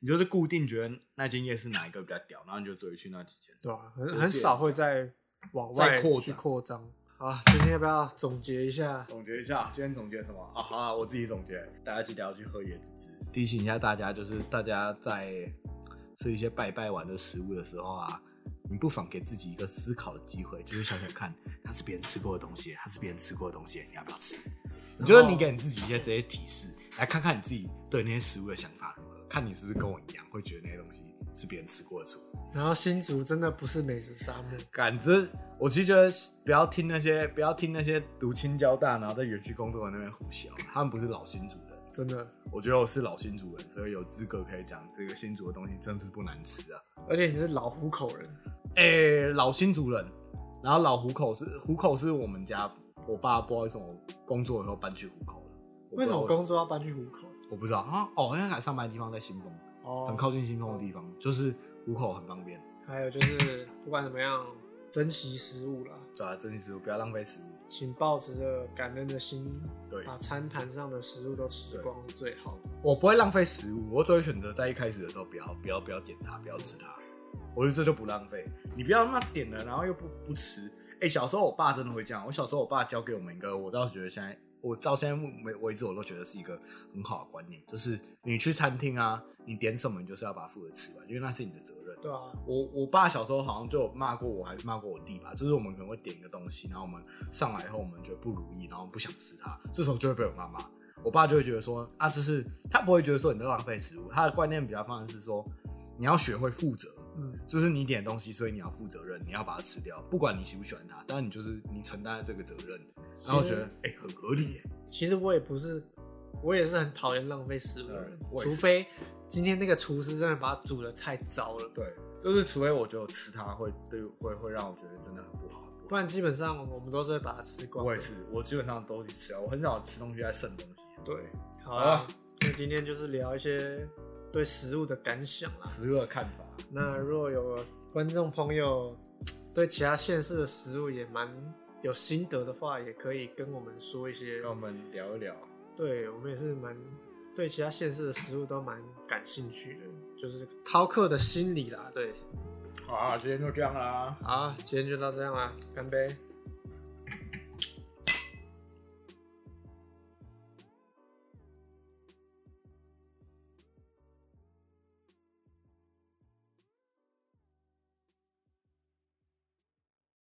Speaker 1: 你就是固定觉得那间夜市哪一个比较屌，然后你就只会去那几间。
Speaker 2: 对啊，很
Speaker 1: 解
Speaker 2: 很少会再往外
Speaker 1: 再扩
Speaker 2: 去
Speaker 1: 展
Speaker 2: 扩张。啊，今天要不要总结一下？
Speaker 1: 总结一下，今天总结什么啊？好啊，我自己总结，大家记得要去喝椰子汁。提醒一下大家，就是大家在吃一些拜拜完的食物的时候啊，你不妨给自己一个思考的机会，就是想想看，它是别人吃过的东西，它是别人吃过的东西，你要不要吃？你觉得你给你自己一些这些提示，来看看你自己对那些食物的想法如何，看你是不是跟我一样，会觉得那些东西是别人吃过的食物。
Speaker 2: 然后新竹真的不是美食沙漠，
Speaker 1: 感知，我其实觉得不要听那些不要听那些读清交大，然后在园区工作的那边胡笑，他们不是老新主人。
Speaker 2: 真的。
Speaker 1: 我觉得我是老新主人，所以有资格可以讲这个新竹的东西真的是不难吃啊。
Speaker 2: 而且你是老虎口人，
Speaker 1: 诶、老新主人，然后老虎口是虎口是我们家我爸不知道为什么工作以后搬去虎口了，我不
Speaker 2: 为
Speaker 1: 知
Speaker 2: 什
Speaker 1: 道
Speaker 2: 么工作要搬去虎口？
Speaker 1: 我不知道啊哦，因为他上班的地方在新丰，
Speaker 2: 哦
Speaker 1: 很靠近新丰的地方，就是虎口很方便。
Speaker 2: 还有就是，不管怎么样，珍惜食物啦，
Speaker 1: 对啊，珍惜食物，不要浪费食物。
Speaker 2: 请保持着感恩的心，
Speaker 1: 对
Speaker 2: 把餐盘上的食物都吃光是最好的。
Speaker 1: 我不会浪费食物，我只会选择在一开始的时候不要不要不要点它，不要吃它。我觉得这就不浪费，你不要那么点了，然后又不不吃。哎、小时候我爸真的会这样，我小时候我爸教给我们一个，我倒是觉得现在我到现在为为止我都觉得是一个很好的观念，就是你去餐厅啊，你点什么你就是要把它负责吃完，因为那是你的责任。
Speaker 2: 对啊，
Speaker 1: 我我爸小时候好像就有骂过我，还是骂过我弟吧。就是我们可能会点一个东西，然后我们上来以后，我们觉得不如意，然后我们不想吃它，这时候就会被我妈骂。我爸就会觉得说啊，就是他不会觉得说你在浪费食物，他的观念比较方向是说，你要学会负责，
Speaker 2: 嗯，
Speaker 1: 就是你点的东西，所以你要负责任，你要把它吃掉，不管你喜不喜欢它，但你就是你承担了这个责任。然后我觉得哎、很合理耶、
Speaker 2: 其实我也不是，我也是很讨厌浪费食物的人
Speaker 1: 对，我也
Speaker 2: 除
Speaker 1: 是
Speaker 2: 非今天那个厨师真的把它煮的太糟了，
Speaker 1: 对，就是除非我觉得我吃它会对会会让我觉得真的很不好。
Speaker 2: 不然基本上我们都是会把它吃光。
Speaker 1: 我也是，我基本上都去吃啊，我很少吃东西在剩东西。啊
Speaker 2: 对，好
Speaker 1: 好
Speaker 2: 啊
Speaker 1: 啊，
Speaker 2: 那今天就是聊一些对食物的感想啦。
Speaker 1: 食物的看法。
Speaker 2: 那如果有观众朋友对其他县市的食物也蛮有心得的话，也可以跟我们说一些
Speaker 1: 跟。我们聊一聊。
Speaker 2: 对我们也是蛮对其他县市的食物都蛮感兴趣的，就是饕客的心理啦。对，
Speaker 1: 好啊，今天就这样啦，
Speaker 2: 好，今天就到这样啦，干杯。